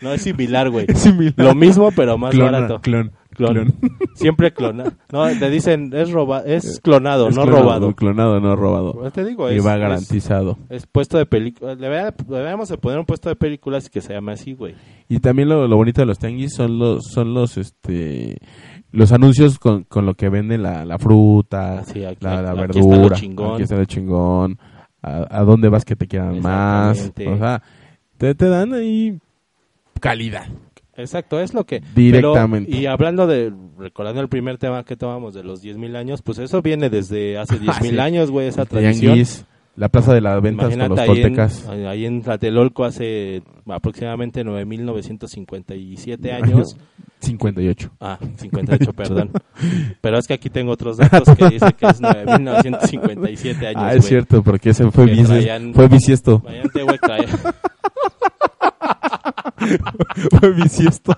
Speaker 1: No es similar, güey.
Speaker 2: *laughs* Es similar.
Speaker 1: Lo
Speaker 2: *laughs*
Speaker 1: mismo, pero más
Speaker 2: Clona,
Speaker 1: barato.
Speaker 2: Clon.
Speaker 1: Clon.
Speaker 2: clon.
Speaker 1: Siempre clona. No, te dicen, es, roba es clonado,
Speaker 2: Eh,
Speaker 1: *laughs*
Speaker 2: Es
Speaker 1: no
Speaker 2: clonado,
Speaker 1: robado.
Speaker 2: Clonado, no robado.
Speaker 1: Pues te digo,
Speaker 2: y
Speaker 1: es,
Speaker 2: va
Speaker 1: es-
Speaker 2: garantizado.
Speaker 1: es puesto de películas. Deberíamos de poner un puesto de películas que se llame así, güey.
Speaker 2: Y también lo, lo bonito de los tianguis son los, son los, este, los anuncios con, con lo que vende la, la fruta,
Speaker 1: Ah, sí, aquí-
Speaker 2: la, la
Speaker 1: aquí está lo
Speaker 2: verdura,
Speaker 1: chingón.
Speaker 2: aquí está lo chingón, a, a dónde vas que te quieran más,
Speaker 1: Exactamente.
Speaker 2: o sea, te, te dan ahí calidad.
Speaker 1: Exacto, es lo que...
Speaker 2: Directamente.
Speaker 1: pero- y hablando de, recordando el primer tema que tomamos de los 10.000 años, pues eso viene desde
Speaker 2: *laughs*
Speaker 1: hace 10.000
Speaker 2: Ah, sí.
Speaker 1: años, güey, esa tradición.
Speaker 2: Tianguis, la plaza de las ventas con los
Speaker 1: ahí en,
Speaker 2: toltecas.
Speaker 1: ahí en Tlatelolco hace aproximadamente 9.957
Speaker 2: *laughs*
Speaker 1: años.
Speaker 2: 58.
Speaker 1: Ah,
Speaker 2: *laughs*
Speaker 1: 58, perdón. Pero es que aquí tengo otros datos que dice que es 9.957 años,
Speaker 2: ah,
Speaker 1: güey.
Speaker 2: es cierto, porque ese fue,
Speaker 1: Que
Speaker 2: bises-
Speaker 1: traían- *laughs*
Speaker 2: fue bisiesto.
Speaker 1: Imagínate, güey, trae-
Speaker 2: fue
Speaker 1: *laughs*
Speaker 2: bisiesto.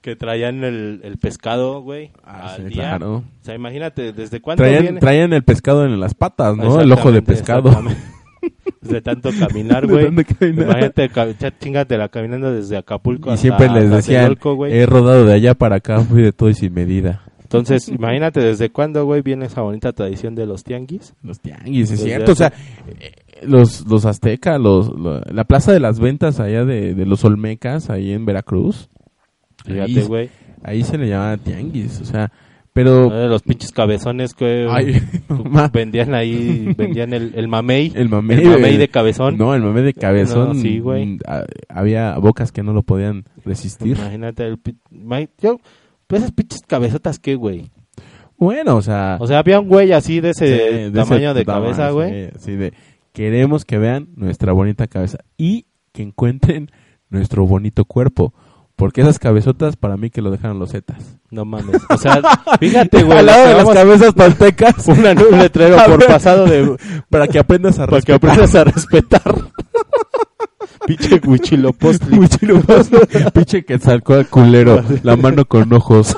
Speaker 1: que traían el, el pescado, güey,
Speaker 2: Ah,
Speaker 1: al
Speaker 2: sí,
Speaker 1: día.
Speaker 2: claro.
Speaker 1: O sea, imagínate, ¿desde cuándo
Speaker 2: Traían,
Speaker 1: viene?
Speaker 2: traían el pescado en las patas, ¿no? El ojo de
Speaker 1: Exactamente,
Speaker 2: pescado.
Speaker 1: exactamente. De tanto caminar,
Speaker 2: *laughs* De
Speaker 1: güey.
Speaker 2: tanto caminar.
Speaker 1: Imagínate, ca- cha- chingatela caminando desde Acapulco
Speaker 2: *laughs* Y
Speaker 1: hasta
Speaker 2: siempre les decían, "Eh,
Speaker 1: Tlatelolco, güey.
Speaker 2: he rodado de allá para acá, fui de todo y sin medida.
Speaker 1: Entonces, imagínate desde cuándo, güey, viene esa bonita tradición de los tianguis.
Speaker 2: Los tianguis, es
Speaker 1: Desde
Speaker 2: cierto. O sea, eh, los, los aztecas, los, lo- la plaza de las ventas allá de, de los olmecas, ahí en Veracruz.
Speaker 1: Fíjate,
Speaker 2: ahí,
Speaker 1: güey.
Speaker 2: ahí se le llamaba tianguis, o sea, pero...
Speaker 1: Uno de los pinches cabezones que
Speaker 2: *laughs*
Speaker 1: *laughs*
Speaker 2: Ay, mamá.
Speaker 1: vendían ahí, vendían el, el mamey.
Speaker 2: El mamey,
Speaker 1: el mamey
Speaker 2: eh,
Speaker 1: de cabezón.
Speaker 2: No, el mame de cabezón.
Speaker 1: No, sí, güey.
Speaker 2: mm, a- había bocas que no lo podían resistir.
Speaker 1: Pues Imagínate, el, pi- ma- yo, pues esas pinches cabezotas, ¿qué, güey?
Speaker 2: Bueno, o sea...
Speaker 1: O sea, había un güey así de ese
Speaker 2: Ah. sí, de
Speaker 1: tamaño
Speaker 2: ese
Speaker 1: de
Speaker 2: tamaño,
Speaker 1: cabeza, güey.
Speaker 2: sí, sí, de queremos que vean nuestra bonita cabeza y que encuentren nuestro bonito cuerpo. Porque esas cabezotas para mí que lo dejaron los
Speaker 1: *laughs*
Speaker 2: zetas.
Speaker 1: No mames. O sea, fíjate, güey.
Speaker 2: *laughs* Al lado de las
Speaker 1: acabamos- *laughs*
Speaker 2: cabezas toltecas.
Speaker 1: Una nube letrero
Speaker 2: *laughs* A
Speaker 1: por
Speaker 2: ver.
Speaker 1: pasado de.
Speaker 2: para que aprendas a
Speaker 1: Para que
Speaker 2: respetar.
Speaker 1: aprendas a respetar. Pinche
Speaker 2: *laughs*
Speaker 1: huichilopostli.
Speaker 2: Huichilupos. *laughs* Pinche que sacó al culero. La mano con *laughs* ojos.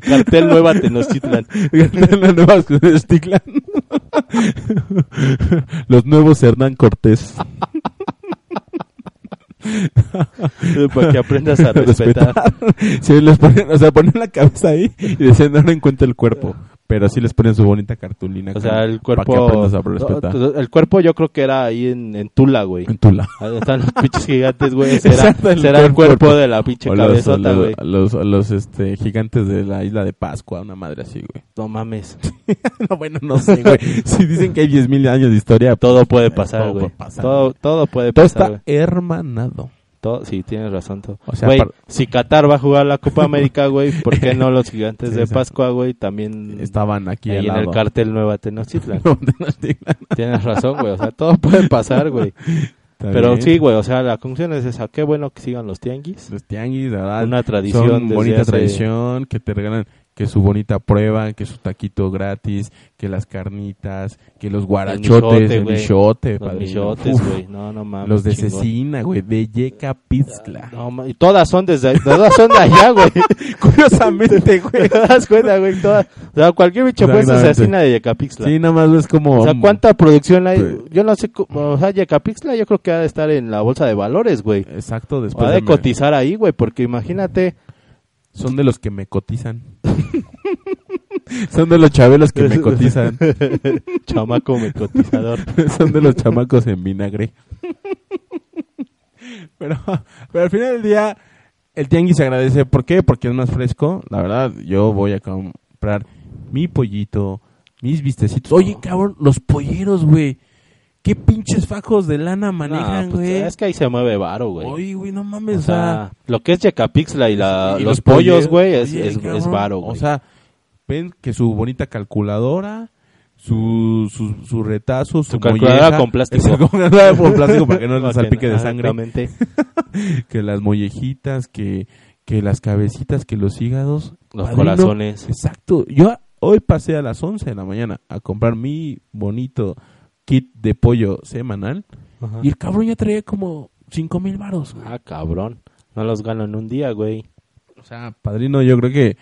Speaker 1: Cartel nueva Tenochtitlan.
Speaker 2: Las nuevas de Stiglan. Los nuevos Hernán Cortés.
Speaker 1: Para que aprendas
Speaker 2: *laughs*
Speaker 1: a respetar.
Speaker 2: respetar. Sí, les ponían, o sea, ponían la cabeza ahí y decían, ahora encuentra el cuerpo. Pero sí les ponen su bonita cartulina.
Speaker 1: O sea, el
Speaker 2: Para que
Speaker 1: cuerpo. pues,
Speaker 2: aprendas a respetar.
Speaker 1: El cuerpo yo creo que era ahí en, en Tula, güey.
Speaker 2: En Tula.
Speaker 1: Ahí están los *laughs* pinches gigantes,
Speaker 2: *laughs*
Speaker 1: güey. Será,
Speaker 2: Exacto, el
Speaker 1: será el
Speaker 2: cuerpo.
Speaker 1: cuerpo de la pinche
Speaker 2: O los, a
Speaker 1: cabezota,
Speaker 2: los,
Speaker 1: güey.
Speaker 2: a los, a los, este, gigantes de la isla de Pascua, una madre así, güey.
Speaker 1: No mames.
Speaker 2: *laughs* No, bueno, no sé, *laughs* güey. si dicen que hay 10.000 años de historia, pues, eh,
Speaker 1: Todo puede
Speaker 2: Todo
Speaker 1: pasar,
Speaker 2: puede
Speaker 1: güey.
Speaker 2: pasar,
Speaker 1: Todo, todo puede
Speaker 2: todo
Speaker 1: pasar,
Speaker 2: está
Speaker 1: güey.
Speaker 2: hermanado.
Speaker 1: Todo- sí, tienes razón. todo.
Speaker 2: O sea,
Speaker 1: Güey,
Speaker 2: par-
Speaker 1: si Qatar va a jugar la
Speaker 2: *laughs*
Speaker 1: Copa América, güey, ¿por qué no los gigantes
Speaker 2: Sí,
Speaker 1: de
Speaker 2: exacto.
Speaker 1: Pascua, güey? También
Speaker 2: estaban aquí
Speaker 1: ahí en
Speaker 2: al
Speaker 1: el
Speaker 2: lado.
Speaker 1: cartel Nueva Tenochtitlan.
Speaker 2: *laughs* No, de Nochtitlán.
Speaker 1: Tienes razón, güey. O sea, todo puede pasar, güey.
Speaker 2: Está
Speaker 1: Pero
Speaker 2: bien.
Speaker 1: sí, güey. O sea, la conclusión es esa. Qué bueno que sigan los tianguis.
Speaker 2: Los tianguis, la verdad.
Speaker 1: Una tradición.
Speaker 2: Ah, son
Speaker 1: desde
Speaker 2: bonita
Speaker 1: hace-
Speaker 2: tradición, que te regalan que su bonita prueba, que su taquito gratis, que las carnitas, que los guarachotes,
Speaker 1: michote,
Speaker 2: el
Speaker 1: güey.
Speaker 2: michote,
Speaker 1: Los
Speaker 2: padrino.
Speaker 1: michotes,
Speaker 2: Uf,
Speaker 1: güey. No, no mames.
Speaker 2: Los de
Speaker 1: chingón.
Speaker 2: Cecina, güey, de Yecapixtla.
Speaker 1: *laughs* No, ma- y todas son desde todas son de allá, güey. *laughs*
Speaker 2: Curiosamente,
Speaker 1: ¿Te das cuenta, güey? Todas, o sea, cualquier bicho puede ser
Speaker 2: Exactamente.
Speaker 1: asesina de Yecapixtla.
Speaker 2: Sí, nada más ves como...
Speaker 1: O sea, ¿cuánta producción hay?
Speaker 2: Pues-
Speaker 1: Yo no sé, cu- o sea, Yecapixtla yo creo que ha de estar en la bolsa de valores, güey.
Speaker 2: Exacto, después
Speaker 1: Ha
Speaker 2: de
Speaker 1: de
Speaker 2: me-
Speaker 1: cotizar ahí, güey, porque
Speaker 2: *laughs*
Speaker 1: imagínate,
Speaker 2: son de los que me cotizan. *laughs* son de los chabelos
Speaker 1: *laughs*
Speaker 2: que me cotizan.
Speaker 1: chamaco me cotizador.
Speaker 2: Son de los chamacos
Speaker 1: *laughs*
Speaker 2: en vinagre. Pero, pero al final del día, el tianguis se agradece. ¿Por qué? Porque es más fresco. La verdad, yo voy a comprar mi pollito, mis vistecitos. Oye, cabrón, los polleros, güey. ¿Qué pinches fajos de lana manejan,
Speaker 1: No, pues,
Speaker 2: güey?
Speaker 1: es que ahí se mueve varo, güey. O
Speaker 2: Oye, güey, no mames.
Speaker 1: sea,
Speaker 2: o sea,
Speaker 1: lo que es Yecapixtla y, la,
Speaker 2: y
Speaker 1: Ah, los pollos, güey, es,
Speaker 2: Oye,
Speaker 1: es,
Speaker 2: cabrón.
Speaker 1: es varo, güey.
Speaker 2: O sea, ven que su bonita calculadora, su, su, su retazo, su
Speaker 1: Tu calculadora
Speaker 2: molleja-
Speaker 1: con
Speaker 2: *laughs*
Speaker 1: plástico.
Speaker 2: Esa calculadora con plástico para que
Speaker 1: *laughs*
Speaker 2: no
Speaker 1: Para
Speaker 2: le salpique de
Speaker 1: ah,
Speaker 2: sangre.
Speaker 1: exactamente.
Speaker 2: Que las mollejitas, que, que las cabecitas, que los hígados.
Speaker 1: Los
Speaker 2: Padrino,
Speaker 1: corazones.
Speaker 2: Exacto. Yo a- hoy pasé a las 11 de la mañana a comprar mi bonito kit de pollo semanal.
Speaker 1: Ajá.
Speaker 2: Y el cabrón ya traía como cinco mil varos, güey.
Speaker 1: Ah, cabrón. No los gano en un día, güey.
Speaker 2: O sea, padrino, yo creo que,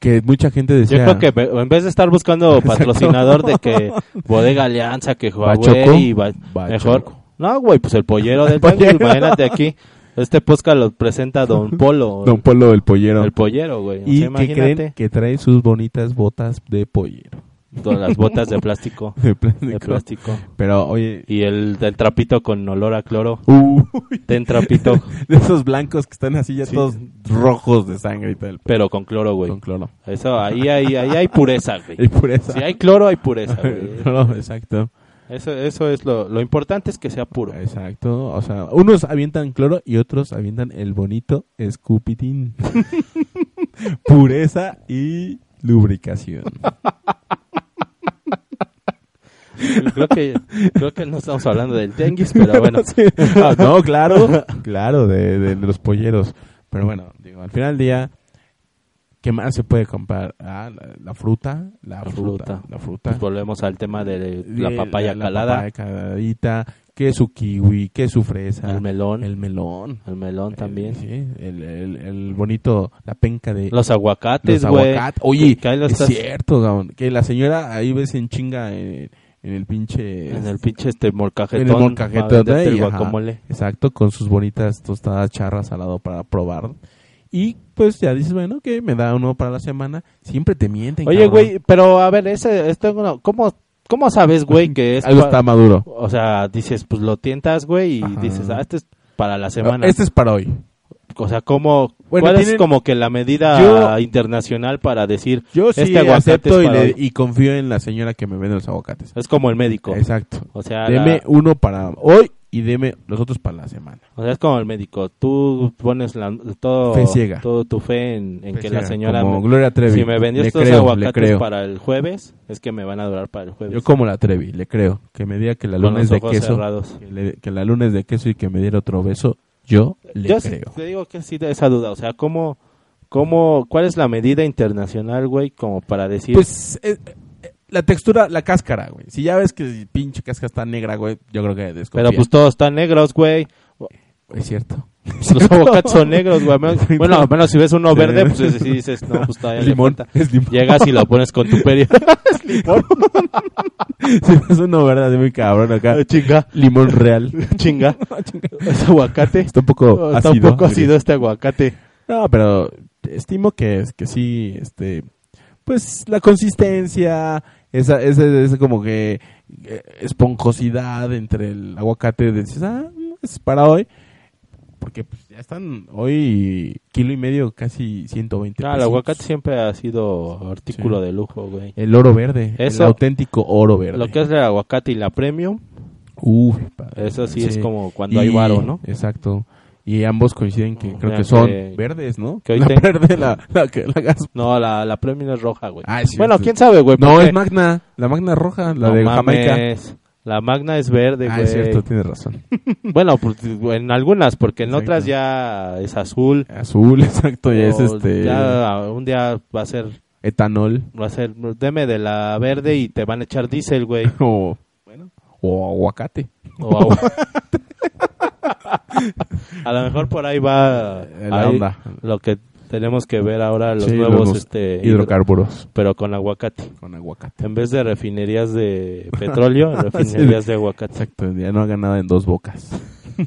Speaker 2: que mucha gente
Speaker 1: Yo
Speaker 2: decía...
Speaker 1: creo que ve- en vez de estar
Speaker 2: *laughs*
Speaker 1: buscando patrocinador de que Bodega Alianza, que
Speaker 2: Bachoco.
Speaker 1: Huawei, y ba-
Speaker 2: Bachoco.
Speaker 1: mejor. No, güey, pues el pollero del
Speaker 2: El *laughs* pollero.
Speaker 1: Tango, imagínate aquí. Este podcast lo presenta
Speaker 2: *laughs*
Speaker 1: Don Polo,
Speaker 2: Don Polo el pollero.
Speaker 1: el pollero, güey. O sea,
Speaker 2: y que creen
Speaker 1: imagínate
Speaker 2: que trae sus bonitas botas de pollero. *laughs*
Speaker 1: todas las botas de plástico,
Speaker 2: De plástico.
Speaker 1: de plástico.
Speaker 2: Pero, oye...
Speaker 1: Y el, el trapito con olor a cloro.
Speaker 2: uy, *laughs*
Speaker 1: Ten trapito,
Speaker 2: de esos blancos que están así ya
Speaker 1: Sí.
Speaker 2: todos rojos de sangre y todo el
Speaker 1: pero con cloro,
Speaker 2: con
Speaker 1: güey.
Speaker 2: cloro.
Speaker 1: Eso, ahí, ahí, ahí hay pureza,
Speaker 2: Y
Speaker 1: güey.
Speaker 2: pureza.
Speaker 1: Si
Speaker 2: *laughs*
Speaker 1: hay cloro, hay pureza, güey.
Speaker 2: Cloro, exacto.
Speaker 1: Eso, eso es lo, lo importante es que sea puro.
Speaker 2: Exacto. O sea, unos avientan cloro y otros avientan el bonito escupitín. *laughs* Pureza y lubricación.
Speaker 1: Creo que, creo que no estamos hablando del tianguis,
Speaker 2: *laughs*
Speaker 1: pero bueno.
Speaker 2: Sí. Ah,
Speaker 1: *laughs*
Speaker 2: no, claro. Claro, de, de- de los polleros. Pero bueno, digo, al final del día, ¿qué más se puede comprar? Ah, la, la fruta. La,
Speaker 1: La
Speaker 2: fruta,
Speaker 1: fruta.
Speaker 2: La fruta.
Speaker 1: Pues volvemos al tema de la
Speaker 2: Eh,
Speaker 1: papaya
Speaker 2: la
Speaker 1: calada,
Speaker 2: papaya caladita. Que su kiwi, que su fresa.
Speaker 1: el melón, el,
Speaker 2: El melón.
Speaker 1: melón también.
Speaker 2: El, sí, el, el- el bonito, la penca de
Speaker 1: Los aguacates,
Speaker 2: los
Speaker 1: güey.
Speaker 2: aguacates. Oye,
Speaker 1: Que- que ahí lo
Speaker 2: es
Speaker 1: estás-
Speaker 2: cierto, cabrón, que la señora ahí ves en chinga en, en el pinche...
Speaker 1: En el pinche este morcajetón.
Speaker 2: en el molcajete,
Speaker 1: para venderte el
Speaker 2: y, ajá,
Speaker 1: guacamole.
Speaker 2: Exacto, con sus bonitas tostadas charras al lado para probar. Y pues ya dices, bueno, que me da uno para la semana. Siempre te mienten.
Speaker 1: Oye,
Speaker 2: cabrón.
Speaker 1: güey, pero a ver, ese, este, bueno, ¿cómo, ¿cómo sabes, güey, que es...
Speaker 2: Algo
Speaker 1: pa-
Speaker 2: está maduro.
Speaker 1: O sea, dices, pues lo tientas, güey, y
Speaker 2: Ajá.
Speaker 1: dices, ah, este es para la semana.
Speaker 2: Este es para hoy.
Speaker 1: O sea, ¿cómo,
Speaker 2: Bueno,
Speaker 1: ¿cuál es
Speaker 2: tienen-
Speaker 1: como que la medida
Speaker 2: Yo-
Speaker 1: internacional para decir,
Speaker 2: Yo sí
Speaker 1: Este aguacate
Speaker 2: acepto
Speaker 1: es
Speaker 2: y,
Speaker 1: para hoy.
Speaker 2: le- y confío en la señora que me vende los aguacates.
Speaker 1: es como el médico?
Speaker 2: Exacto.
Speaker 1: O sea,
Speaker 2: Deme
Speaker 1: la-
Speaker 2: uno para hoy y deme los otros para la semana.
Speaker 1: o sea, es como el médico. Tú pones la, todo,
Speaker 2: Fe ciega.
Speaker 1: todo tu fe en, en que la
Speaker 2: Sea,
Speaker 1: señora...
Speaker 2: como
Speaker 1: me-
Speaker 2: Gloria Trevi.
Speaker 1: si me vendió
Speaker 2: le
Speaker 1: estos
Speaker 2: creo, le
Speaker 1: aguacates
Speaker 2: creo.
Speaker 1: para el jueves, es que me van a durar para el jueves.
Speaker 2: Yo como la Trevi, le creo. Que me diga que la
Speaker 1: Con
Speaker 2: luna
Speaker 1: los
Speaker 2: es de
Speaker 1: ojos
Speaker 2: queso.
Speaker 1: cerrados.
Speaker 2: Que, le- que la luna es de queso y que me diera otro beso. Yo le
Speaker 1: Yo sí
Speaker 2: creo.
Speaker 1: te digo que sí de esa duda. O sea, ¿cómo, cómo, ¿cuál es la medida internacional, güey, como para decir...
Speaker 2: Pues eh, eh, la textura, la cáscara, güey. Si ya ves que pinche cáscara está negra, güey, yo creo que desconfía.
Speaker 1: pero pues todos están negros, güey.
Speaker 2: Es cierto.
Speaker 1: *laughs* Los aguacates son negros, güey. A menos-
Speaker 2: *laughs*
Speaker 1: Bueno, al menos si ves uno
Speaker 2: Sí.
Speaker 1: verde, pues ese sí dices, no, pues todavía
Speaker 2: Es
Speaker 1: le
Speaker 2: limón.
Speaker 1: falta.
Speaker 2: Es limón. *laughs*
Speaker 1: Llegas y lo pones con tu periódico.
Speaker 2: Si es una verdad de muy cabrón acá.
Speaker 1: chinga,
Speaker 2: Limón real.
Speaker 1: chinga. *laughs* Es aguacate.
Speaker 2: Está un poco
Speaker 1: Está
Speaker 2: ácido.
Speaker 1: un poco ácido este aguacate.
Speaker 2: No, pero estimo que, que sí, este, pues la consistencia, esa, esa, esa como que eh, esponjosidad entre el aguacate, dices, ah, es para hoy. Porque pues, ya están hoy kilo y medio, casi 120
Speaker 1: Ah, el
Speaker 2: pesitos.
Speaker 1: aguacate siempre ha sido artículo
Speaker 2: Sí.
Speaker 1: de lujo, güey.
Speaker 2: El oro verde,
Speaker 1: Eso.
Speaker 2: el auténtico oro verde.
Speaker 1: Lo que es el aguacate y la premium,
Speaker 2: Uf, padre.
Speaker 1: eso sí, es
Speaker 2: Sí.
Speaker 1: como cuando
Speaker 2: Y-
Speaker 1: hay varo, ¿no?
Speaker 2: Exacto. Y ambos coinciden que
Speaker 1: O
Speaker 2: creo
Speaker 1: sea,
Speaker 2: que son
Speaker 1: que-
Speaker 2: verdes, ¿no?
Speaker 1: que hoy
Speaker 2: la
Speaker 1: te-
Speaker 2: verde, la, la, que- la gas-
Speaker 1: No, la, la premium es roja, güey.
Speaker 2: Ah, es cierto.
Speaker 1: bueno, quién sabe, güey.
Speaker 2: No,
Speaker 1: porque-
Speaker 2: es magna. La magna roja, la
Speaker 1: No
Speaker 2: de
Speaker 1: mames,
Speaker 2: Jamaica.
Speaker 1: La magna es verde,
Speaker 2: ah,
Speaker 1: güey.
Speaker 2: es cierto, tienes razón. *laughs*
Speaker 1: Bueno, pues, en algunas, porque en
Speaker 2: Exacto.
Speaker 1: otras ya es azul.
Speaker 2: Azul, exacto, ya es
Speaker 1: O
Speaker 2: este.
Speaker 1: ya un día va a ser,
Speaker 2: Etanol. *laughs*
Speaker 1: va a ser, deme de la verde y te van a echar diésel, güey.
Speaker 2: O, o aguacate.
Speaker 1: O
Speaker 2: *laughs*
Speaker 1: agua. a lo mejor por ahí va
Speaker 2: La
Speaker 1: ahí
Speaker 2: onda.
Speaker 1: lo que tenemos que ver ahora los
Speaker 2: Sí,
Speaker 1: nuevos
Speaker 2: los
Speaker 1: este hidro-
Speaker 2: Hidrocarburos.
Speaker 1: pero con aguacate.
Speaker 2: Con aguacate.
Speaker 1: En vez de refinerías de
Speaker 2: *laughs*
Speaker 1: petróleo, refinerías de aguacate.
Speaker 2: Exacto, ya no haga nada en dos bocas. *laughs*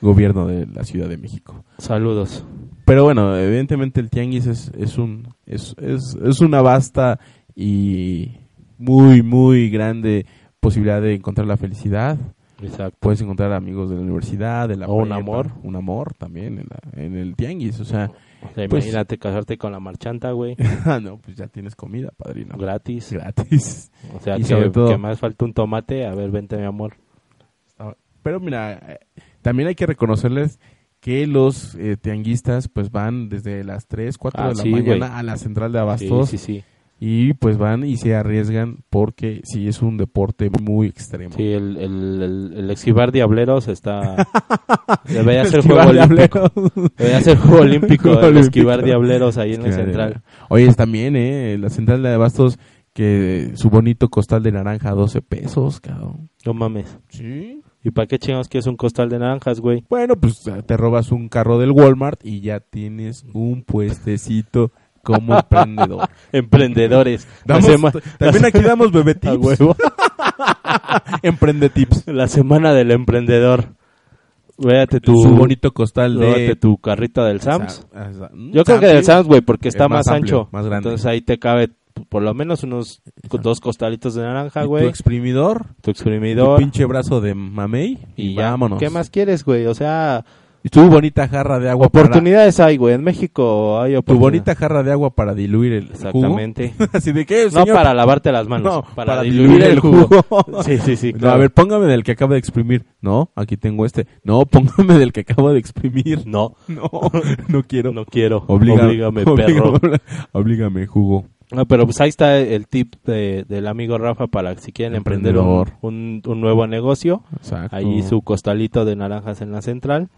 Speaker 2: Gobierno de la Ciudad de México.
Speaker 1: Saludos.
Speaker 2: Pero bueno, evidentemente el tianguis es, es un es, es, es una vasta y muy muy grande posibilidad de encontrar la felicidad.
Speaker 1: Exacto.
Speaker 2: Puedes encontrar amigos de la universidad, de la
Speaker 1: O un
Speaker 2: prepa,
Speaker 1: amor.
Speaker 2: un amor también en, la- en el tianguis, o sea,
Speaker 1: O sea,
Speaker 2: Pues-
Speaker 1: imagínate casarte con la marchanta, güey,
Speaker 2: *laughs* ah, no, pues ya tienes comida, padrino.
Speaker 1: gratis.
Speaker 2: *laughs* Gratis.
Speaker 1: O sea,
Speaker 2: Y
Speaker 1: que,
Speaker 2: sobre todo-
Speaker 1: que más falta un tomate, a ver, vente, mi amor.
Speaker 2: Pero mira, eh, también hay que reconocerles que los eh, tianguistas pues van desde las 3, 4
Speaker 1: Ah,
Speaker 2: de la
Speaker 1: sí,
Speaker 2: mañana
Speaker 1: güey.
Speaker 2: a la central de
Speaker 1: Sí,
Speaker 2: abastos
Speaker 1: sí, sí.
Speaker 2: y pues van y se arriesgan porque sí es un deporte muy extremo. *laughs*
Speaker 1: Sí, el, el, el, el esquivar diableros está... Debería ser
Speaker 2: Esquivar
Speaker 1: juego olímpico.
Speaker 2: diableros.
Speaker 1: Debería ser
Speaker 2: *laughs*
Speaker 1: juego olímpico
Speaker 2: Juego
Speaker 1: el
Speaker 2: olímpico.
Speaker 1: esquivar diableros ahí en la
Speaker 2: Esquivar
Speaker 1: central.
Speaker 2: diableros. Oye, es también, ¿eh? La central de abastos que su bonito costal de naranja a 12 pesos, cabrón.
Speaker 1: No mames.
Speaker 2: Sí.
Speaker 1: ¿Y para qué chingados quieres un costal de naranjas,
Speaker 2: *laughs*
Speaker 1: güey?
Speaker 2: Bueno, pues te robas un carro del Walmart y ya tienes un puestecito
Speaker 1: *laughs*
Speaker 2: como emprendedor.
Speaker 1: Emprendedores.
Speaker 2: Damos-
Speaker 1: La sema-
Speaker 2: también aquí damos bebé
Speaker 1: Pues *laughs* a
Speaker 2: tips,
Speaker 1: huevo.
Speaker 2: *laughs* emprende tips.
Speaker 1: La semana del emprendedor. Véate tu...
Speaker 2: Su bonito costal
Speaker 1: véate
Speaker 2: de
Speaker 1: tu carrita del Sams.
Speaker 2: Ah, ah, mm,
Speaker 1: Yo creo que del
Speaker 2: Sam's,
Speaker 1: Sam's, güey, porque está
Speaker 2: Es más
Speaker 1: más,
Speaker 2: amplio,
Speaker 1: ancho.
Speaker 2: más grande.
Speaker 1: Entonces ahí te cabe p- por lo menos unos co- dos costalitos de
Speaker 2: y
Speaker 1: naranja,
Speaker 2: Tu
Speaker 1: güey.
Speaker 2: exprimidor,
Speaker 1: Tu
Speaker 2: tu
Speaker 1: exprimidor.
Speaker 2: pinche brazo de mamey y,
Speaker 1: ya.
Speaker 2: vámonos.
Speaker 1: ¿Qué más quieres, güey? O sea,
Speaker 2: Y tu bonita jarra de agua para-
Speaker 1: oportunidades hay, güey. En México hay
Speaker 2: tu
Speaker 1: oportunidades.
Speaker 2: bonita jarra de agua para diluir el jugo.
Speaker 1: Exactamente.
Speaker 2: *laughs* Así de que,
Speaker 1: No para lavarte las manos,
Speaker 2: No,
Speaker 1: para, diluir, el jugo. *laughs* Sí, sí, sí.
Speaker 2: No,
Speaker 1: claro.
Speaker 2: a ver, póngame del que acabo de exprimir. No, aquí tengo este. No, *laughs* póngame del que acabo de exprimir.
Speaker 1: *laughs* No,
Speaker 2: *laughs* No, no quiero.
Speaker 1: no quiero.
Speaker 2: Obliga-
Speaker 1: Oblígame, perro.
Speaker 2: Oblígame, *laughs* oblígame, jugo.
Speaker 1: No, pero pues ahí está el tip de- del amigo Rafa para si quieren emprender un,
Speaker 2: Emprendedor.
Speaker 1: un- un nuevo negocio.
Speaker 2: Exacto.
Speaker 1: Ahí su costalito de naranjas en la central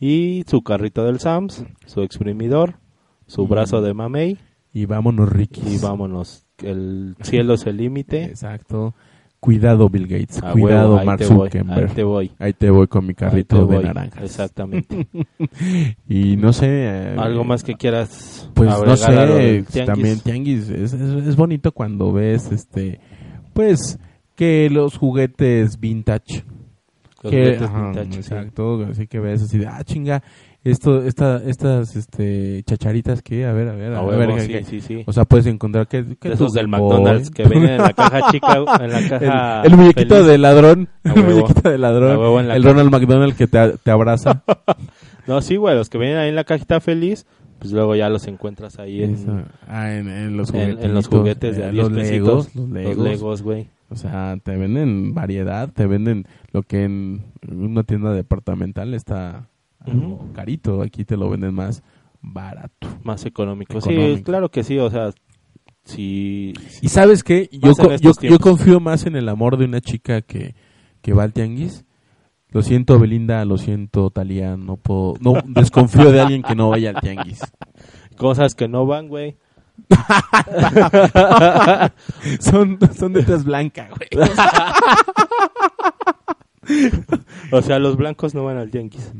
Speaker 1: y su carrito del Sams, su exprimidor, su
Speaker 2: Mm.
Speaker 1: brazo de mamey
Speaker 2: Y vámonos, Ricky.
Speaker 1: y vámonos. El cielo es el límite.
Speaker 2: Exacto. Cuidado, Bill Gates.
Speaker 1: A Ah,
Speaker 2: Cuidado,
Speaker 1: huevo, ahí
Speaker 2: Mark
Speaker 1: te voy,
Speaker 2: Zuckerberg.
Speaker 1: Ahí te voy.
Speaker 2: Ahí te voy con mi
Speaker 1: ahí
Speaker 2: carrito
Speaker 1: te
Speaker 2: de
Speaker 1: voy.
Speaker 2: naranjas. *laughs*
Speaker 1: Exactamente.
Speaker 2: Y no sé. eh,
Speaker 1: Algo más que quieras
Speaker 2: Pues no
Speaker 1: agregar a lo
Speaker 2: sé,
Speaker 1: del tianguis?
Speaker 2: también tianguis es, es, es bonito cuando ves este pues que los juguetes vintage,
Speaker 1: Los
Speaker 2: que-
Speaker 1: juguetes
Speaker 2: ajá,
Speaker 1: vintage, sí.
Speaker 2: exacto, así que ves así de ah chinga, esto esta estas este chacharitas que a ver, a ver, a,
Speaker 1: A
Speaker 2: ver,
Speaker 1: huevo,
Speaker 2: que-
Speaker 1: sí,
Speaker 2: que-
Speaker 1: sí, sí.
Speaker 2: o sea, puedes encontrar que, que
Speaker 1: De esos
Speaker 2: tu
Speaker 1: del
Speaker 2: Game
Speaker 1: McDonald's
Speaker 2: Boy, *laughs*
Speaker 1: que vienen en la caja chica, en la caja
Speaker 2: el, el muñequito
Speaker 1: feliz.
Speaker 2: de ladrón,
Speaker 1: A
Speaker 2: el
Speaker 1: huevo.
Speaker 2: muñequito de
Speaker 1: A huevo en
Speaker 2: ladrón,
Speaker 1: la
Speaker 2: el
Speaker 1: caja.
Speaker 2: Ronald McDonald que te,
Speaker 1: *laughs*
Speaker 2: te abraza.
Speaker 1: No, sí, güey, los que vienen ahí en la cajita feliz, pues luego ya los encuentras ahí en,
Speaker 2: Eso. Ah, en, en los
Speaker 1: en- en
Speaker 2: juguetitos,
Speaker 1: los juguetes de
Speaker 2: eh,
Speaker 1: a 10
Speaker 2: los
Speaker 1: pesitos,
Speaker 2: Legos, los
Speaker 1: los
Speaker 2: Legos.
Speaker 1: Legos, güey.
Speaker 2: O sea, te venden variedad, te venden lo que en una tienda departamental está algo
Speaker 1: Ujú.
Speaker 2: carito, aquí te lo venden más barato.
Speaker 1: más económico. Sí,
Speaker 2: Económico.
Speaker 1: claro que sí, o sea, sí,
Speaker 2: Y sabes qué, yo,
Speaker 1: Más en
Speaker 2: co- yo,
Speaker 1: estos
Speaker 2: yo
Speaker 1: tiempos.
Speaker 2: confío más en el amor de una chica que, que va al tianguis. Lo siento Belinda, lo siento Talía, no puedo,
Speaker 1: *laughs*
Speaker 2: no desconfío de alguien que no vaya al tianguis.
Speaker 1: cosas que no van, güey.
Speaker 2: Son, son de tez blanca, güey.
Speaker 1: O sea, los blancos no van al Yankees.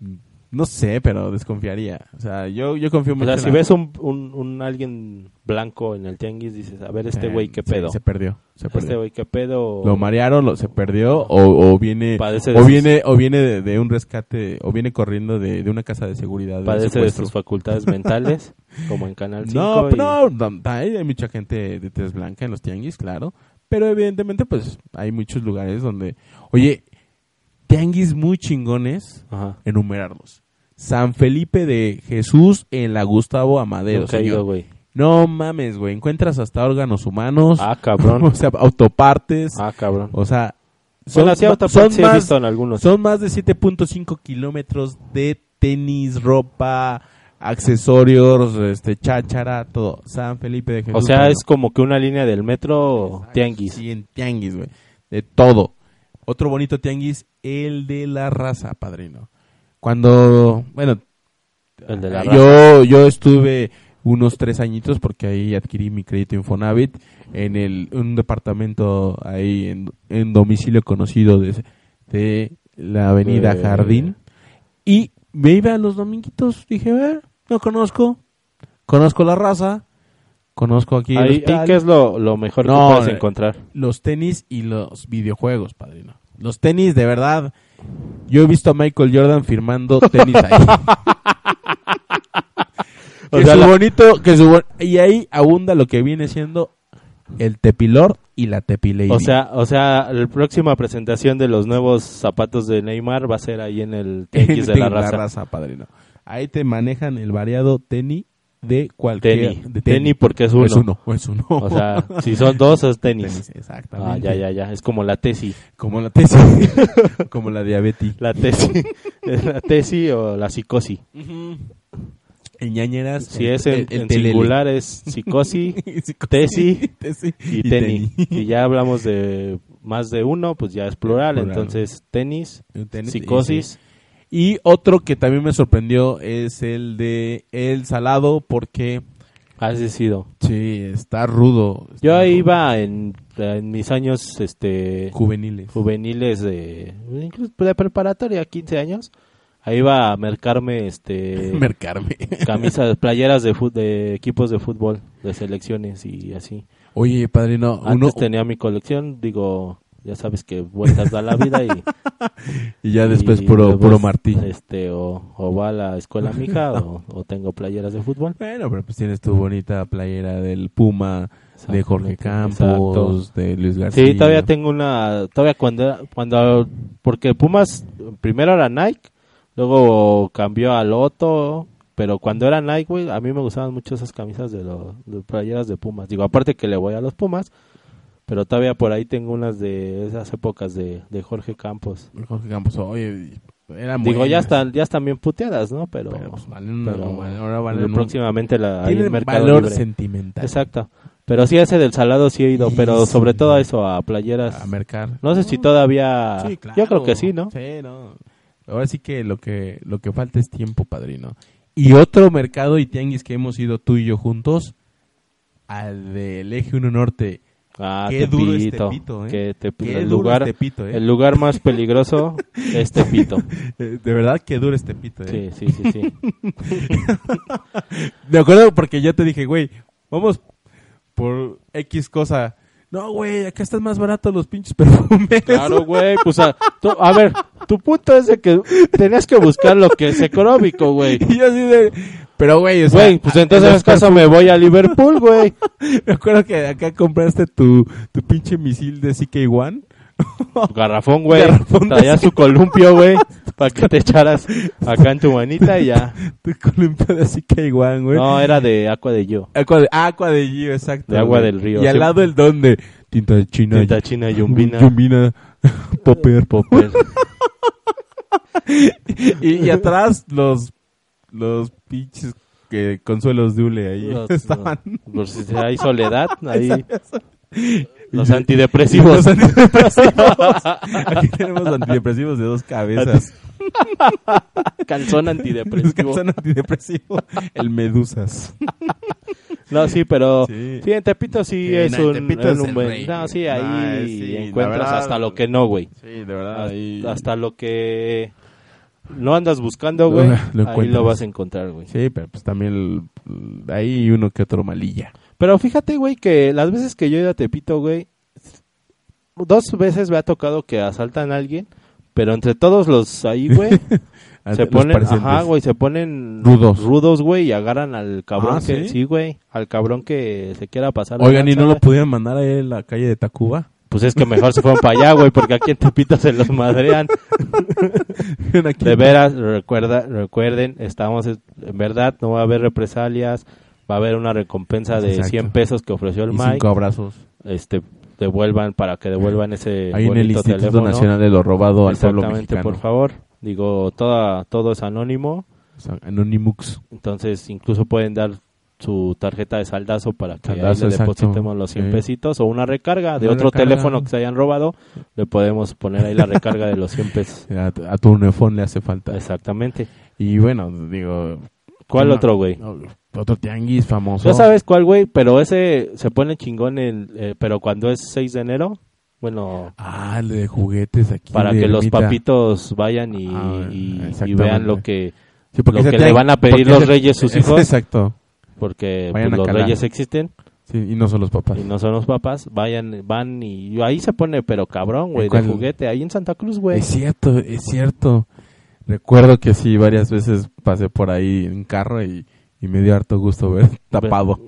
Speaker 2: *laughs* No sé, pero desconfiaría. O sea, yo, yo confío
Speaker 1: O
Speaker 2: mucho
Speaker 1: sea,
Speaker 2: en
Speaker 1: si
Speaker 2: la- *laughs*
Speaker 1: ves un, un, un alguien blanco en el tianguis, dices, a ver, este
Speaker 2: Eh,
Speaker 1: güey, ¿qué
Speaker 2: sí,
Speaker 1: pedo?
Speaker 2: Se, perdió. Se
Speaker 1: Este
Speaker 2: perdió.
Speaker 1: güey, ¿qué pedo?
Speaker 2: lo marearon, lo, se perdió o, o viene
Speaker 1: Padece de
Speaker 2: o
Speaker 1: sus-
Speaker 2: viene o viene de, de un rescate o viene corriendo de, de una casa de seguridad. de un
Speaker 1: Padece de
Speaker 2: secuestro.
Speaker 1: sus facultades
Speaker 2: *laughs*
Speaker 1: mentales, como en Canal 5.
Speaker 2: No,
Speaker 1: y-
Speaker 2: no, no, hay, hay mucha gente de tez blanca en los tianguis, claro. Pero evidentemente, pues, hay muchos lugares donde... Oye, tianguis muy chingones,
Speaker 1: Ajá.
Speaker 2: enumerarlos. San Felipe de Jesús en la Gustavo Amadeo,
Speaker 1: Nunca he
Speaker 2: señor.
Speaker 1: ido, güey.
Speaker 2: No mames, güey. Encuentras hasta órganos humanos.
Speaker 1: Ah, cabrón.
Speaker 2: *laughs* o sea, autopartes.
Speaker 1: Ah, cabrón.
Speaker 2: O sea... Son,
Speaker 1: Bueno, así
Speaker 2: ma-
Speaker 1: autopartes
Speaker 2: son
Speaker 1: sí he
Speaker 2: más,
Speaker 1: visto en algunos.
Speaker 2: son más de 7.5 kilómetros de tenis, ropa, accesorios, este, cháchara, todo. San Felipe de Jesús.
Speaker 1: o sea,
Speaker 2: Puebla.
Speaker 1: es como que una línea del metro tianguis.
Speaker 2: Sí, en tianguis, güey. De todo. Otro bonito tianguis, el de la raza, padrino. Cuando, bueno,
Speaker 1: El de la
Speaker 2: eh,
Speaker 1: raza.
Speaker 2: yo, yo estuve unos tres añitos porque ahí adquirí mi crédito Infonavit en el, un departamento ahí en, en domicilio conocido de, de la avenida
Speaker 1: Eh.
Speaker 2: Jardín. Y me iba a los dominguitos, dije, "Eh, no conozco, conozco la raza, conozco aquí el
Speaker 1: Ahí,
Speaker 2: hospital"
Speaker 1: ahí que es lo, lo mejor
Speaker 2: No,
Speaker 1: que puedes
Speaker 2: eh,
Speaker 1: encontrar.
Speaker 2: los tenis y los videojuegos, padrino. Los tenis, de verdad. Yo he visto a Michael
Speaker 1: *laughs*
Speaker 2: Jordan firmando tenis ahí.
Speaker 1: O
Speaker 2: que
Speaker 1: sea,
Speaker 2: su
Speaker 1: la-
Speaker 2: bonito, que su bon- Y ahí abunda lo que viene siendo el tepilor y la tepilady.
Speaker 1: O
Speaker 2: *laughs*
Speaker 1: sea, o sea, la próxima presentación de los nuevos zapatos de Neymar va a ser ahí en
Speaker 2: *laughs*
Speaker 1: el
Speaker 2: En
Speaker 1: tianguis de la raza.
Speaker 2: padrino. Ahí te manejan el variado tenis de cualquier...
Speaker 1: Tenis.
Speaker 2: de
Speaker 1: tenis. porque es uno.
Speaker 2: O es uno. o es uno.
Speaker 1: O sea,
Speaker 2: *laughs*
Speaker 1: si son dos, es tenis.
Speaker 2: Tenis, exactamente.
Speaker 1: Ah, ya, ya, ya. Es como la tesis.
Speaker 2: Como la tesis. *laughs* Como la diabetes.
Speaker 1: La
Speaker 2: *laughs*
Speaker 1: tesis. ¿Es la tesis o la psicosis.
Speaker 2: En ñañeras.
Speaker 1: Si
Speaker 2: el-
Speaker 1: es en,
Speaker 2: el- el
Speaker 1: en
Speaker 2: telele.
Speaker 1: singular, es
Speaker 2: *laughs*
Speaker 1: psicosis Tesi
Speaker 2: Tesi
Speaker 1: y, tenis. Y
Speaker 2: *laughs*
Speaker 1: ya hablamos de más de uno, pues ya es plural.
Speaker 2: Plural.
Speaker 1: Entonces, tenis,
Speaker 2: tenis.
Speaker 1: psicosis.
Speaker 2: Y otro que también me sorprendió es el de El Salado, porque
Speaker 1: Has decidido.
Speaker 2: sí, está rudo. Está
Speaker 1: Yo
Speaker 2: rudo.
Speaker 1: iba en, en mis años este
Speaker 2: Juveniles.
Speaker 1: juveniles de, incluso de preparatoria, 15 años. Ahí iba a mercarme
Speaker 2: Eh,
Speaker 1: este
Speaker 2: *laughs*
Speaker 1: *laughs*
Speaker 2: Mercarme.
Speaker 1: camisas, playeras de, fut- de equipos de fútbol, de selecciones y así.
Speaker 2: Oye, padrino, Ah, uno.
Speaker 1: Antes tenía mi colección, digo, ya sabes que vueltas da la vida y
Speaker 2: Y *laughs* ya después
Speaker 1: y
Speaker 2: puro,
Speaker 1: luego,
Speaker 2: puro Martí.
Speaker 1: Este, o, o va a la escuela mija o,
Speaker 2: *laughs*
Speaker 1: o tengo playeras de fútbol.
Speaker 2: Bueno, pero pues tienes tu bonita playera del Puma, de Jorge
Speaker 1: Exactamente,
Speaker 2: Campos,
Speaker 1: exacto.
Speaker 2: de Luis García.
Speaker 1: Sí, todavía tengo una, todavía cuando, era- cuando, porque Pumas primero era Nike, luego cambió a Loto, pero cuando era Nike, güey, a mí me gustaban mucho esas camisas de los de playeras de Pumas. Digo, aparte que le voy a los Pumas, pero todavía por ahí tengo unas de esas épocas de, de Jorge Campos.
Speaker 2: Jorge Campos, oye, era muy.
Speaker 1: Digo, ya están, ya están bien puteadas, ¿no? Pero,
Speaker 2: Pero, pues, valen una-
Speaker 1: pero
Speaker 2: ahora valen un-
Speaker 1: próximamente la, hay
Speaker 2: Tienen
Speaker 1: Mercado
Speaker 2: valor
Speaker 1: Libre.
Speaker 2: sentimental.
Speaker 1: Exacto. Pero sí, ese del salado sí he ido,
Speaker 2: Sí,
Speaker 1: pero
Speaker 2: sí.
Speaker 1: sobre todo a eso, a playeras.
Speaker 2: A mercar.
Speaker 1: No sé si todavía...
Speaker 2: Mm. Sí, claro.
Speaker 1: Yo creo que sí, ¿no?
Speaker 2: Sí, no. Ahora sí que lo que lo que falta es tiempo, padrino. Y otro mercado y tianguis que hemos ido tú y yo juntos al del Eje 1 Norte.
Speaker 1: Ah,
Speaker 2: Qué
Speaker 1: Tepito.
Speaker 2: duro es Tepito, ¿eh?
Speaker 1: Qué Tepito.
Speaker 2: Qué
Speaker 1: el,
Speaker 2: duro
Speaker 1: lugar,
Speaker 2: es Tepito, ¿eh?
Speaker 1: el lugar más
Speaker 2: *laughs*
Speaker 1: peligroso es Tepito.
Speaker 2: Eh, *laughs* De verdad que duro este pito, ¿eh?
Speaker 1: Sí, sí, sí, sí.
Speaker 2: *laughs* De acuerdo, porque yo te dije, güey, vamos por X cosa. No, güey, acá están más baratos los pinches perfumes.
Speaker 1: Claro, güey. Pues a, tú- a ver, tu punto es de que tenías que buscar lo que es económico,
Speaker 2: *laughs*
Speaker 1: güey.
Speaker 2: Y yo así de... Pero, güey, o sea...
Speaker 1: Güey, pues
Speaker 2: a-
Speaker 1: entonces en
Speaker 2: los
Speaker 1: este caso me voy a Liverpool, güey.
Speaker 2: Me acuerdo que acá compraste tu, tu pinche misil de CK1.
Speaker 1: Garrafón, güey.
Speaker 2: Garrafón de
Speaker 1: Traía su columpio, güey. Para que te
Speaker 2: *laughs*
Speaker 1: echaras acá en tu manita y ya.
Speaker 2: Tu columpio de CK1, güey.
Speaker 1: No, era de Aqua de Yo.
Speaker 2: Aqua de, ah, Aqua de Gio, exacto.
Speaker 1: De agua
Speaker 2: güey.
Speaker 1: del río,
Speaker 2: Y al
Speaker 1: sí.
Speaker 2: lado el don de tinta de china.
Speaker 1: Tinta china yumbina.
Speaker 2: *laughs* Yumbina. Popper.
Speaker 1: Popper.
Speaker 2: Y, y atrás los, los pinches que, consuelos de hule ahí.
Speaker 1: Los-
Speaker 2: *laughs* estaban.
Speaker 1: Por Pues, si hay soledad, ahí *laughs* los
Speaker 2: Y-
Speaker 1: antidepresivos.
Speaker 2: Los *laughs* antidepresivos. Aquí tenemos antidepresivos de dos cabezas.
Speaker 1: *laughs* Calzón antidepresivo.
Speaker 2: Descansan antidepresivo. El medusas.
Speaker 1: No, sí, pero
Speaker 2: Sí.
Speaker 1: sí, en Tepito sí
Speaker 2: Sí,
Speaker 1: es
Speaker 2: en
Speaker 1: un,
Speaker 2: Tepito
Speaker 1: en
Speaker 2: es
Speaker 1: un
Speaker 2: el
Speaker 1: buen-
Speaker 2: rey,
Speaker 1: No,
Speaker 2: güey.
Speaker 1: sí,
Speaker 2: No,
Speaker 1: ahí
Speaker 2: eh, sí, la
Speaker 1: encuentras
Speaker 2: verdad.
Speaker 1: hasta lo que no, güey.
Speaker 2: Sí, de verdad.
Speaker 1: Hasta,
Speaker 2: ahí-
Speaker 1: hasta lo que Lo andas buscando, güey.
Speaker 2: *laughs* Lo
Speaker 1: ahí
Speaker 2: encuentras.
Speaker 1: lo vas a encontrar, güey.
Speaker 2: Sí, pero pues también el- hay uno que otro malilla.
Speaker 1: Pero fíjate, güey, que las veces que yo he ido a Tepito, güey, dos veces me ha tocado que asaltan a alguien, pero entre todos los ahí,
Speaker 2: *laughs*
Speaker 1: güey, se
Speaker 2: Ah, Los
Speaker 1: ponen,
Speaker 2: presentes.
Speaker 1: ajá, güey, se ponen
Speaker 2: Rudos.
Speaker 1: rudos, güey, y agarran al cabrón
Speaker 2: Ah,
Speaker 1: que,
Speaker 2: ¿sí?
Speaker 1: sí, güey, al cabrón que se quiera pasar. de
Speaker 2: Oigan, ¿y
Speaker 1: lanza,
Speaker 2: no lo
Speaker 1: güey.
Speaker 2: pudieron mandar a él a la calle de Tacuba? *laughs*
Speaker 1: Pues es que mejor se fueron para allá, güey, porque aquí en Tepito se los madrean.
Speaker 2: Aquí.
Speaker 1: De veras, recuerda, recuerden, estamos en en verdad, no va a haber represalias, va a haber una recompensa de
Speaker 2: Exacto.
Speaker 1: 100 pesos que ofreció el
Speaker 2: Y
Speaker 1: Mike.
Speaker 2: cinco abrazos.
Speaker 1: este devuelvan para que devuelvan ese
Speaker 2: Ahí en el
Speaker 1: Eh, bonito
Speaker 2: Instituto
Speaker 1: teléfono.
Speaker 2: Nacional de lo Robado al Pueblo
Speaker 1: Exactamente,
Speaker 2: Mexicano.
Speaker 1: por favor. Digo, toda, todo es anónimo,
Speaker 2: O sea, Anonymous.
Speaker 1: entonces incluso pueden dar su tarjeta de saldazo para que ahí
Speaker 2: Saldazo,
Speaker 1: le
Speaker 2: exacto.
Speaker 1: depositemos los 100
Speaker 2: Sí.
Speaker 1: pesitos o una recarga de
Speaker 2: Una
Speaker 1: otro
Speaker 2: recarga.
Speaker 1: teléfono que se hayan robado, le podemos poner ahí la recarga de los 100
Speaker 2: *laughs*
Speaker 1: pesos.
Speaker 2: A, a tu nefón le hace falta.
Speaker 1: Exactamente.
Speaker 2: Y bueno, digo...
Speaker 1: ¿Cuál
Speaker 2: no,
Speaker 1: otro, güey?
Speaker 2: no, Otro tianguis famoso.
Speaker 1: Ya sabes cuál, güey, pero ese se pone chingón, el, eh, pero cuando es 6 de enero, bueno,
Speaker 2: Ah, el de juguetes aquí.
Speaker 1: para
Speaker 2: de
Speaker 1: que los
Speaker 2: ermita.
Speaker 1: papitos vayan y,
Speaker 2: Ah,
Speaker 1: y- y
Speaker 2: exactamente.
Speaker 1: vean lo que
Speaker 2: Sí, porque
Speaker 1: lo
Speaker 2: ese
Speaker 1: que le van a pedir
Speaker 2: porque
Speaker 1: los
Speaker 2: ese-
Speaker 1: reyes sus
Speaker 2: *laughs* ese-
Speaker 1: hijos.
Speaker 2: Exacto.
Speaker 1: porque
Speaker 2: Vayan
Speaker 1: pues,
Speaker 2: a
Speaker 1: los
Speaker 2: calar.
Speaker 1: reyes existen
Speaker 2: Sí, y no son los papás.
Speaker 1: y no son los papás vayan van y ahí se pone pero cabrón güey
Speaker 2: ¿En
Speaker 1: de
Speaker 2: cuál?
Speaker 1: juguete ahí en Santa Cruz güey *laughs*
Speaker 2: Es cierto, es cierto. Recuerdo que sí, varias veces pasé por ahí en carro y, y me dio harto gusto ver tapado.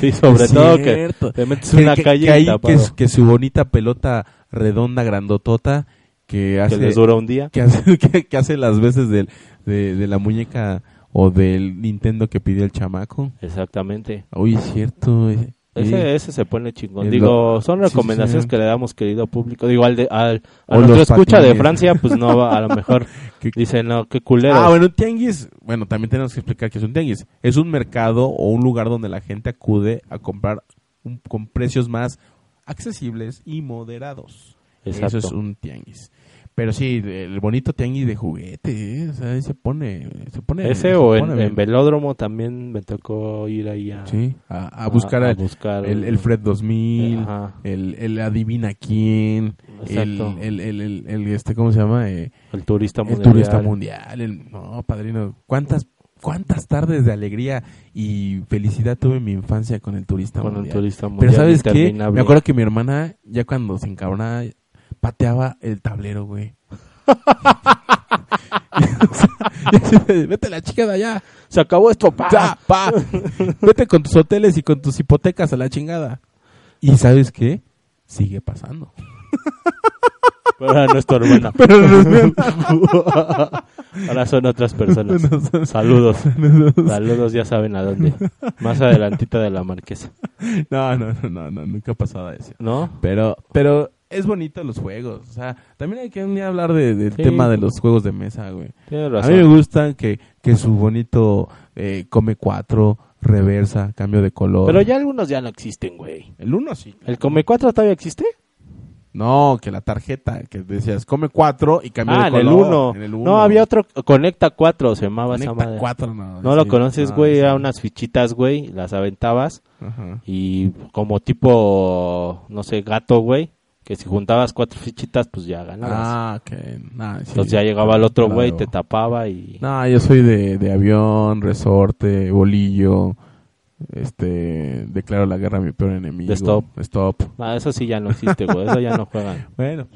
Speaker 1: sí *laughs* sobre
Speaker 2: Es
Speaker 1: todo que
Speaker 2: cierto.
Speaker 1: te metes en una
Speaker 2: que,
Speaker 1: calle
Speaker 2: que ahí
Speaker 1: y tapado,
Speaker 2: que, su- que su bonita pelota redonda, grandotota, que
Speaker 1: que
Speaker 2: hace,
Speaker 1: les dura un día
Speaker 2: *laughs* que hace, que- que hace las veces del, de, de la muñeca o del Nintendo que pidió el chamaco.
Speaker 1: exactamente
Speaker 2: Uy, es cierto. eh.
Speaker 1: ese, ese se pone chingón.
Speaker 2: Y
Speaker 1: Digo, son
Speaker 2: sí, sí,
Speaker 1: recomendaciones
Speaker 2: sí.
Speaker 1: que le damos, querido público. Digo, al de, al, a
Speaker 2: O
Speaker 1: nuestro
Speaker 2: los
Speaker 1: escucha de
Speaker 2: patines.
Speaker 1: Francia, pues no, va- a lo mejor
Speaker 2: *laughs* Que-
Speaker 1: dice, no, qué culero.
Speaker 2: Ah, bueno, un tianguis. Bueno, también tenemos que explicar qué es un tianguis. Es un mercado o un lugar donde la gente acude a comprar un- con precios más accesibles y moderados.
Speaker 1: Exacto.
Speaker 2: Eso es un tianguis. Pero sí, el bonito tianguis de juguete, ¿eh? o sea, ahí se pone, se pone.
Speaker 1: Ese
Speaker 2: se
Speaker 1: o en,
Speaker 2: pone bien.
Speaker 1: en velódromo también me tocó ir ahí a,
Speaker 2: Sí, a, a buscar
Speaker 1: Ah, a- a
Speaker 2: el-
Speaker 1: buscar
Speaker 2: el, el Fred 2000,
Speaker 1: Ajá.
Speaker 2: el, el adivina quién, el,
Speaker 1: Exacto.
Speaker 2: el, el, el- el- este, ¿cómo se llama? Eh,
Speaker 1: El turista
Speaker 2: el
Speaker 1: mundial.
Speaker 2: turista mundial. el- no, padrino, ¿cuántas, cuántas tardes de alegría y felicidad tuve en mi infancia con el turista
Speaker 1: Con el
Speaker 2: mundial.
Speaker 1: turista mundial.
Speaker 2: Pero ¿sabes qué?
Speaker 1: interminable.
Speaker 2: Me acuerdo que mi hermana, ya cuando se encabronaba, pateaba el tablero, güey. *laughs* O sea, y así de, Vete la chica de allá.
Speaker 1: Se acabó esto, pa.
Speaker 2: Ya, pa. Vete con tus hoteles y con tus hipotecas a la chingada. ¿Y sabes qué? Sigue pasando.
Speaker 1: *laughs* Ahora no es tu hermana.
Speaker 2: Pero no-
Speaker 1: Ahora son otras
Speaker 2: *laughs*
Speaker 1: personas.
Speaker 2: no son-
Speaker 1: Saludos. Saludos, ya saben a dónde. Más adelantita de la marquesa.
Speaker 2: *laughs* No, no, no, no, no, nunca ha pasado eso.
Speaker 1: ¿No?
Speaker 2: Pero, pero es bonito los juegos. O sea, también hay que un día hablar de- del
Speaker 1: Sí.
Speaker 2: tema de los juegos de mesa, güey.
Speaker 1: Tienes
Speaker 2: A mí me
Speaker 1: razón.
Speaker 2: gustan que, que su bonito eh, come cuatro, reversa, cambio de color.
Speaker 1: Pero ya algunos ya no existen, güey.
Speaker 2: El uno sí.
Speaker 1: ¿El Come 4 todavía existe?
Speaker 2: No, que la tarjeta que decías come cuatro y cambio
Speaker 1: Ah,
Speaker 2: de
Speaker 1: en el,
Speaker 2: color.
Speaker 1: 1. No, había otro. Conecta 4 se llamaba esa
Speaker 2: Conecta
Speaker 1: madre.
Speaker 2: cuatro, no.
Speaker 1: No lo
Speaker 2: sí,
Speaker 1: conoces,
Speaker 2: no,
Speaker 1: güey.
Speaker 2: sí.
Speaker 1: Era unas fichitas, güey. Las aventabas.
Speaker 2: Ajá.
Speaker 1: Y como tipo, no sé, gato, güey, que si juntabas cuatro fichitas, pues ya ganabas.
Speaker 2: Ah, que. nah, sí.
Speaker 1: Entonces ya llegaba el otro güey,
Speaker 2: Claro.
Speaker 1: te tapaba y...
Speaker 2: No, yo soy de, de avión, resorte, bolillo. Este, declaro la guerra a mi peor enemigo.
Speaker 1: De stop.
Speaker 2: Stop.
Speaker 1: Ah, eso sí ya no existe, güey, eso ya no juegan.
Speaker 2: *laughs* Bueno,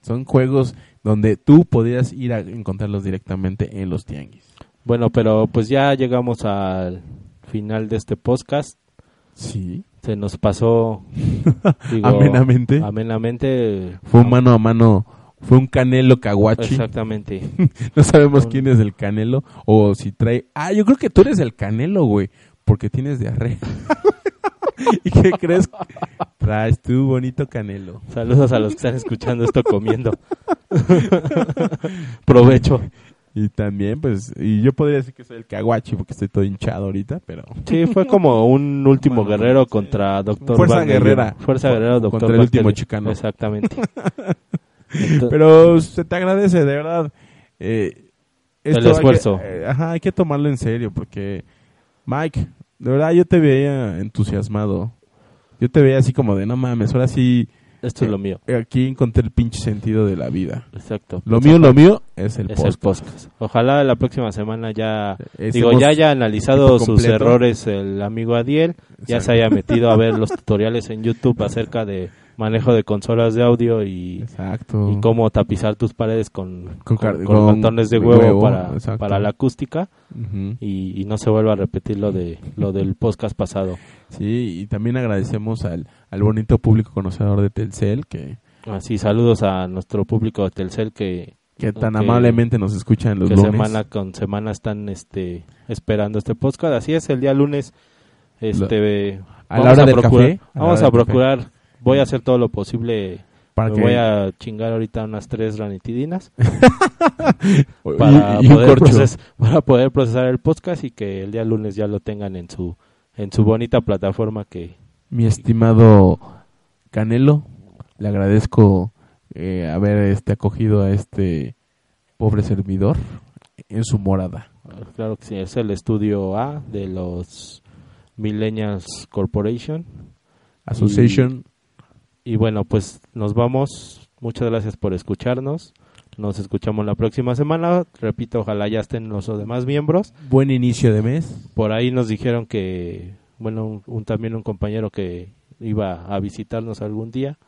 Speaker 2: son juegos donde tú podías ir a encontrarlos directamente en los tianguis.
Speaker 1: Bueno, pero pues ya llegamos al final de este podcast.
Speaker 2: Sí.
Speaker 1: Se nos
Speaker 2: *laughs*
Speaker 1: pasó... digo,
Speaker 2: Amenamente.
Speaker 1: Amenamente.
Speaker 2: Fue un mano a mano. Fue un canelo caguachi.
Speaker 1: Exactamente.
Speaker 2: *laughs* No sabemos quién es el canelo o si trae... Ah, yo creo que tú eres el canelo, güey. Porque tienes diarrea. *laughs* ¿Y qué crees? Traes tu bonito canelo.
Speaker 1: Saludos a los que están escuchando esto comiendo. Provecho.
Speaker 2: Y también, pues, y yo podría decir que soy el caguachi porque estoy todo hinchado ahorita, pero...
Speaker 1: Sí,
Speaker 2: *laughs*
Speaker 1: fue como un último
Speaker 2: Bueno,
Speaker 1: guerrero contra Doctor
Speaker 2: Fuerza guerrera.
Speaker 1: Fuerza guerrera, Doctor
Speaker 2: Contra el último
Speaker 1: Wagner.
Speaker 2: chicano. *laughs*
Speaker 1: Exactamente. Ento-
Speaker 2: Pero se te agradece, de verdad. eh,
Speaker 1: El
Speaker 2: esto hay que-
Speaker 1: esfuerzo.
Speaker 2: eh, ajá, hay que tomarlo en serio porque, Mike, de verdad yo te veía entusiasmado. Yo te veía así como de, no mames, ahora sí
Speaker 1: Esto es lo mío.
Speaker 2: Aquí encontré el pinche sentido de la vida.
Speaker 1: Exacto.
Speaker 2: Lo mío, lo mío es el
Speaker 1: es el
Speaker 2: podcast.
Speaker 1: podcast. Ojalá la próxima semana ya
Speaker 2: Eh,
Speaker 1: digo
Speaker 2: estemos
Speaker 1: ya haya analizado
Speaker 2: equipo
Speaker 1: sus
Speaker 2: completo.
Speaker 1: errores el amigo Adiel, ya
Speaker 2: Exacto.
Speaker 1: se haya metido a
Speaker 2: *laughs*
Speaker 1: ver los tutoriales en YouTube acerca de manejo de consolas de audio y,
Speaker 2: Exacto.
Speaker 1: y cómo tapizar tus paredes con, con,
Speaker 2: Con car-
Speaker 1: con
Speaker 2: con
Speaker 1: cartones de
Speaker 2: de
Speaker 1: huevo,
Speaker 2: huevo,
Speaker 1: para,
Speaker 2: exacto.
Speaker 1: para la acústica
Speaker 2: Ujú.
Speaker 1: y, y no se vuelva a repetir lo de lo del podcast pasado.
Speaker 2: Sí, y también agradecemos al, al bonito público conocedor de Telcel que,
Speaker 1: Así saludos a nuestro público de Telcel que,
Speaker 2: que tan
Speaker 1: Ok.
Speaker 2: amablemente nos escuchan los
Speaker 1: que
Speaker 2: lunes.
Speaker 1: semana con semana están este esperando este podcast. Así es, el día lunes este
Speaker 2: a la hora del
Speaker 1: procurar,
Speaker 2: café, a la
Speaker 1: vamos
Speaker 2: hora
Speaker 1: a
Speaker 2: del café.
Speaker 1: procurar, voy a hacer todo lo posible.
Speaker 2: Para
Speaker 1: me
Speaker 2: que-
Speaker 1: voy a chingar ahorita unas tres ranitidinas
Speaker 2: y-
Speaker 1: para
Speaker 2: y un
Speaker 1: poder
Speaker 2: corcho.
Speaker 1: proces- para poder procesar el podcast y que el día lunes ya lo tengan en su en su bonita plataforma que
Speaker 2: Mi estimado Canelo, le agradezco eh, haber este, acogido a este pobre servidor en su morada.
Speaker 1: claro que sí, es el estudio A de los Millennials Corporation
Speaker 2: Association.
Speaker 1: Y bueno, pues nos vamos. Muchas gracias por escucharnos. Nos escuchamos la próxima semana. Repito, ojalá ya estén los demás miembros.
Speaker 2: Buen inicio de mes.
Speaker 1: Por ahí nos dijeron que, bueno, un- un- también un compañero que iba a visitarnos algún día.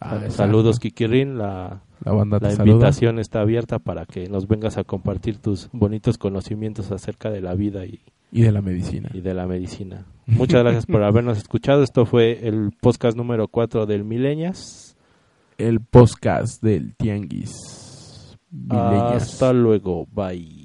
Speaker 1: Sal- Saludos, Kikirin. La,
Speaker 2: Ah, La banda te
Speaker 1: la
Speaker 2: saluda.
Speaker 1: invitación está abierta para que nos vengas a compartir tus bonitos conocimientos acerca de la vida y,
Speaker 2: Y de la medicina.
Speaker 1: y de la
Speaker 2: *laughs*
Speaker 1: medicina. Muchas gracias por habernos escuchado. Esto fue el podcast número 4 del Milenias.
Speaker 2: El podcast del Tianguis. Vileñas.
Speaker 1: Ah, Hasta luego, bye.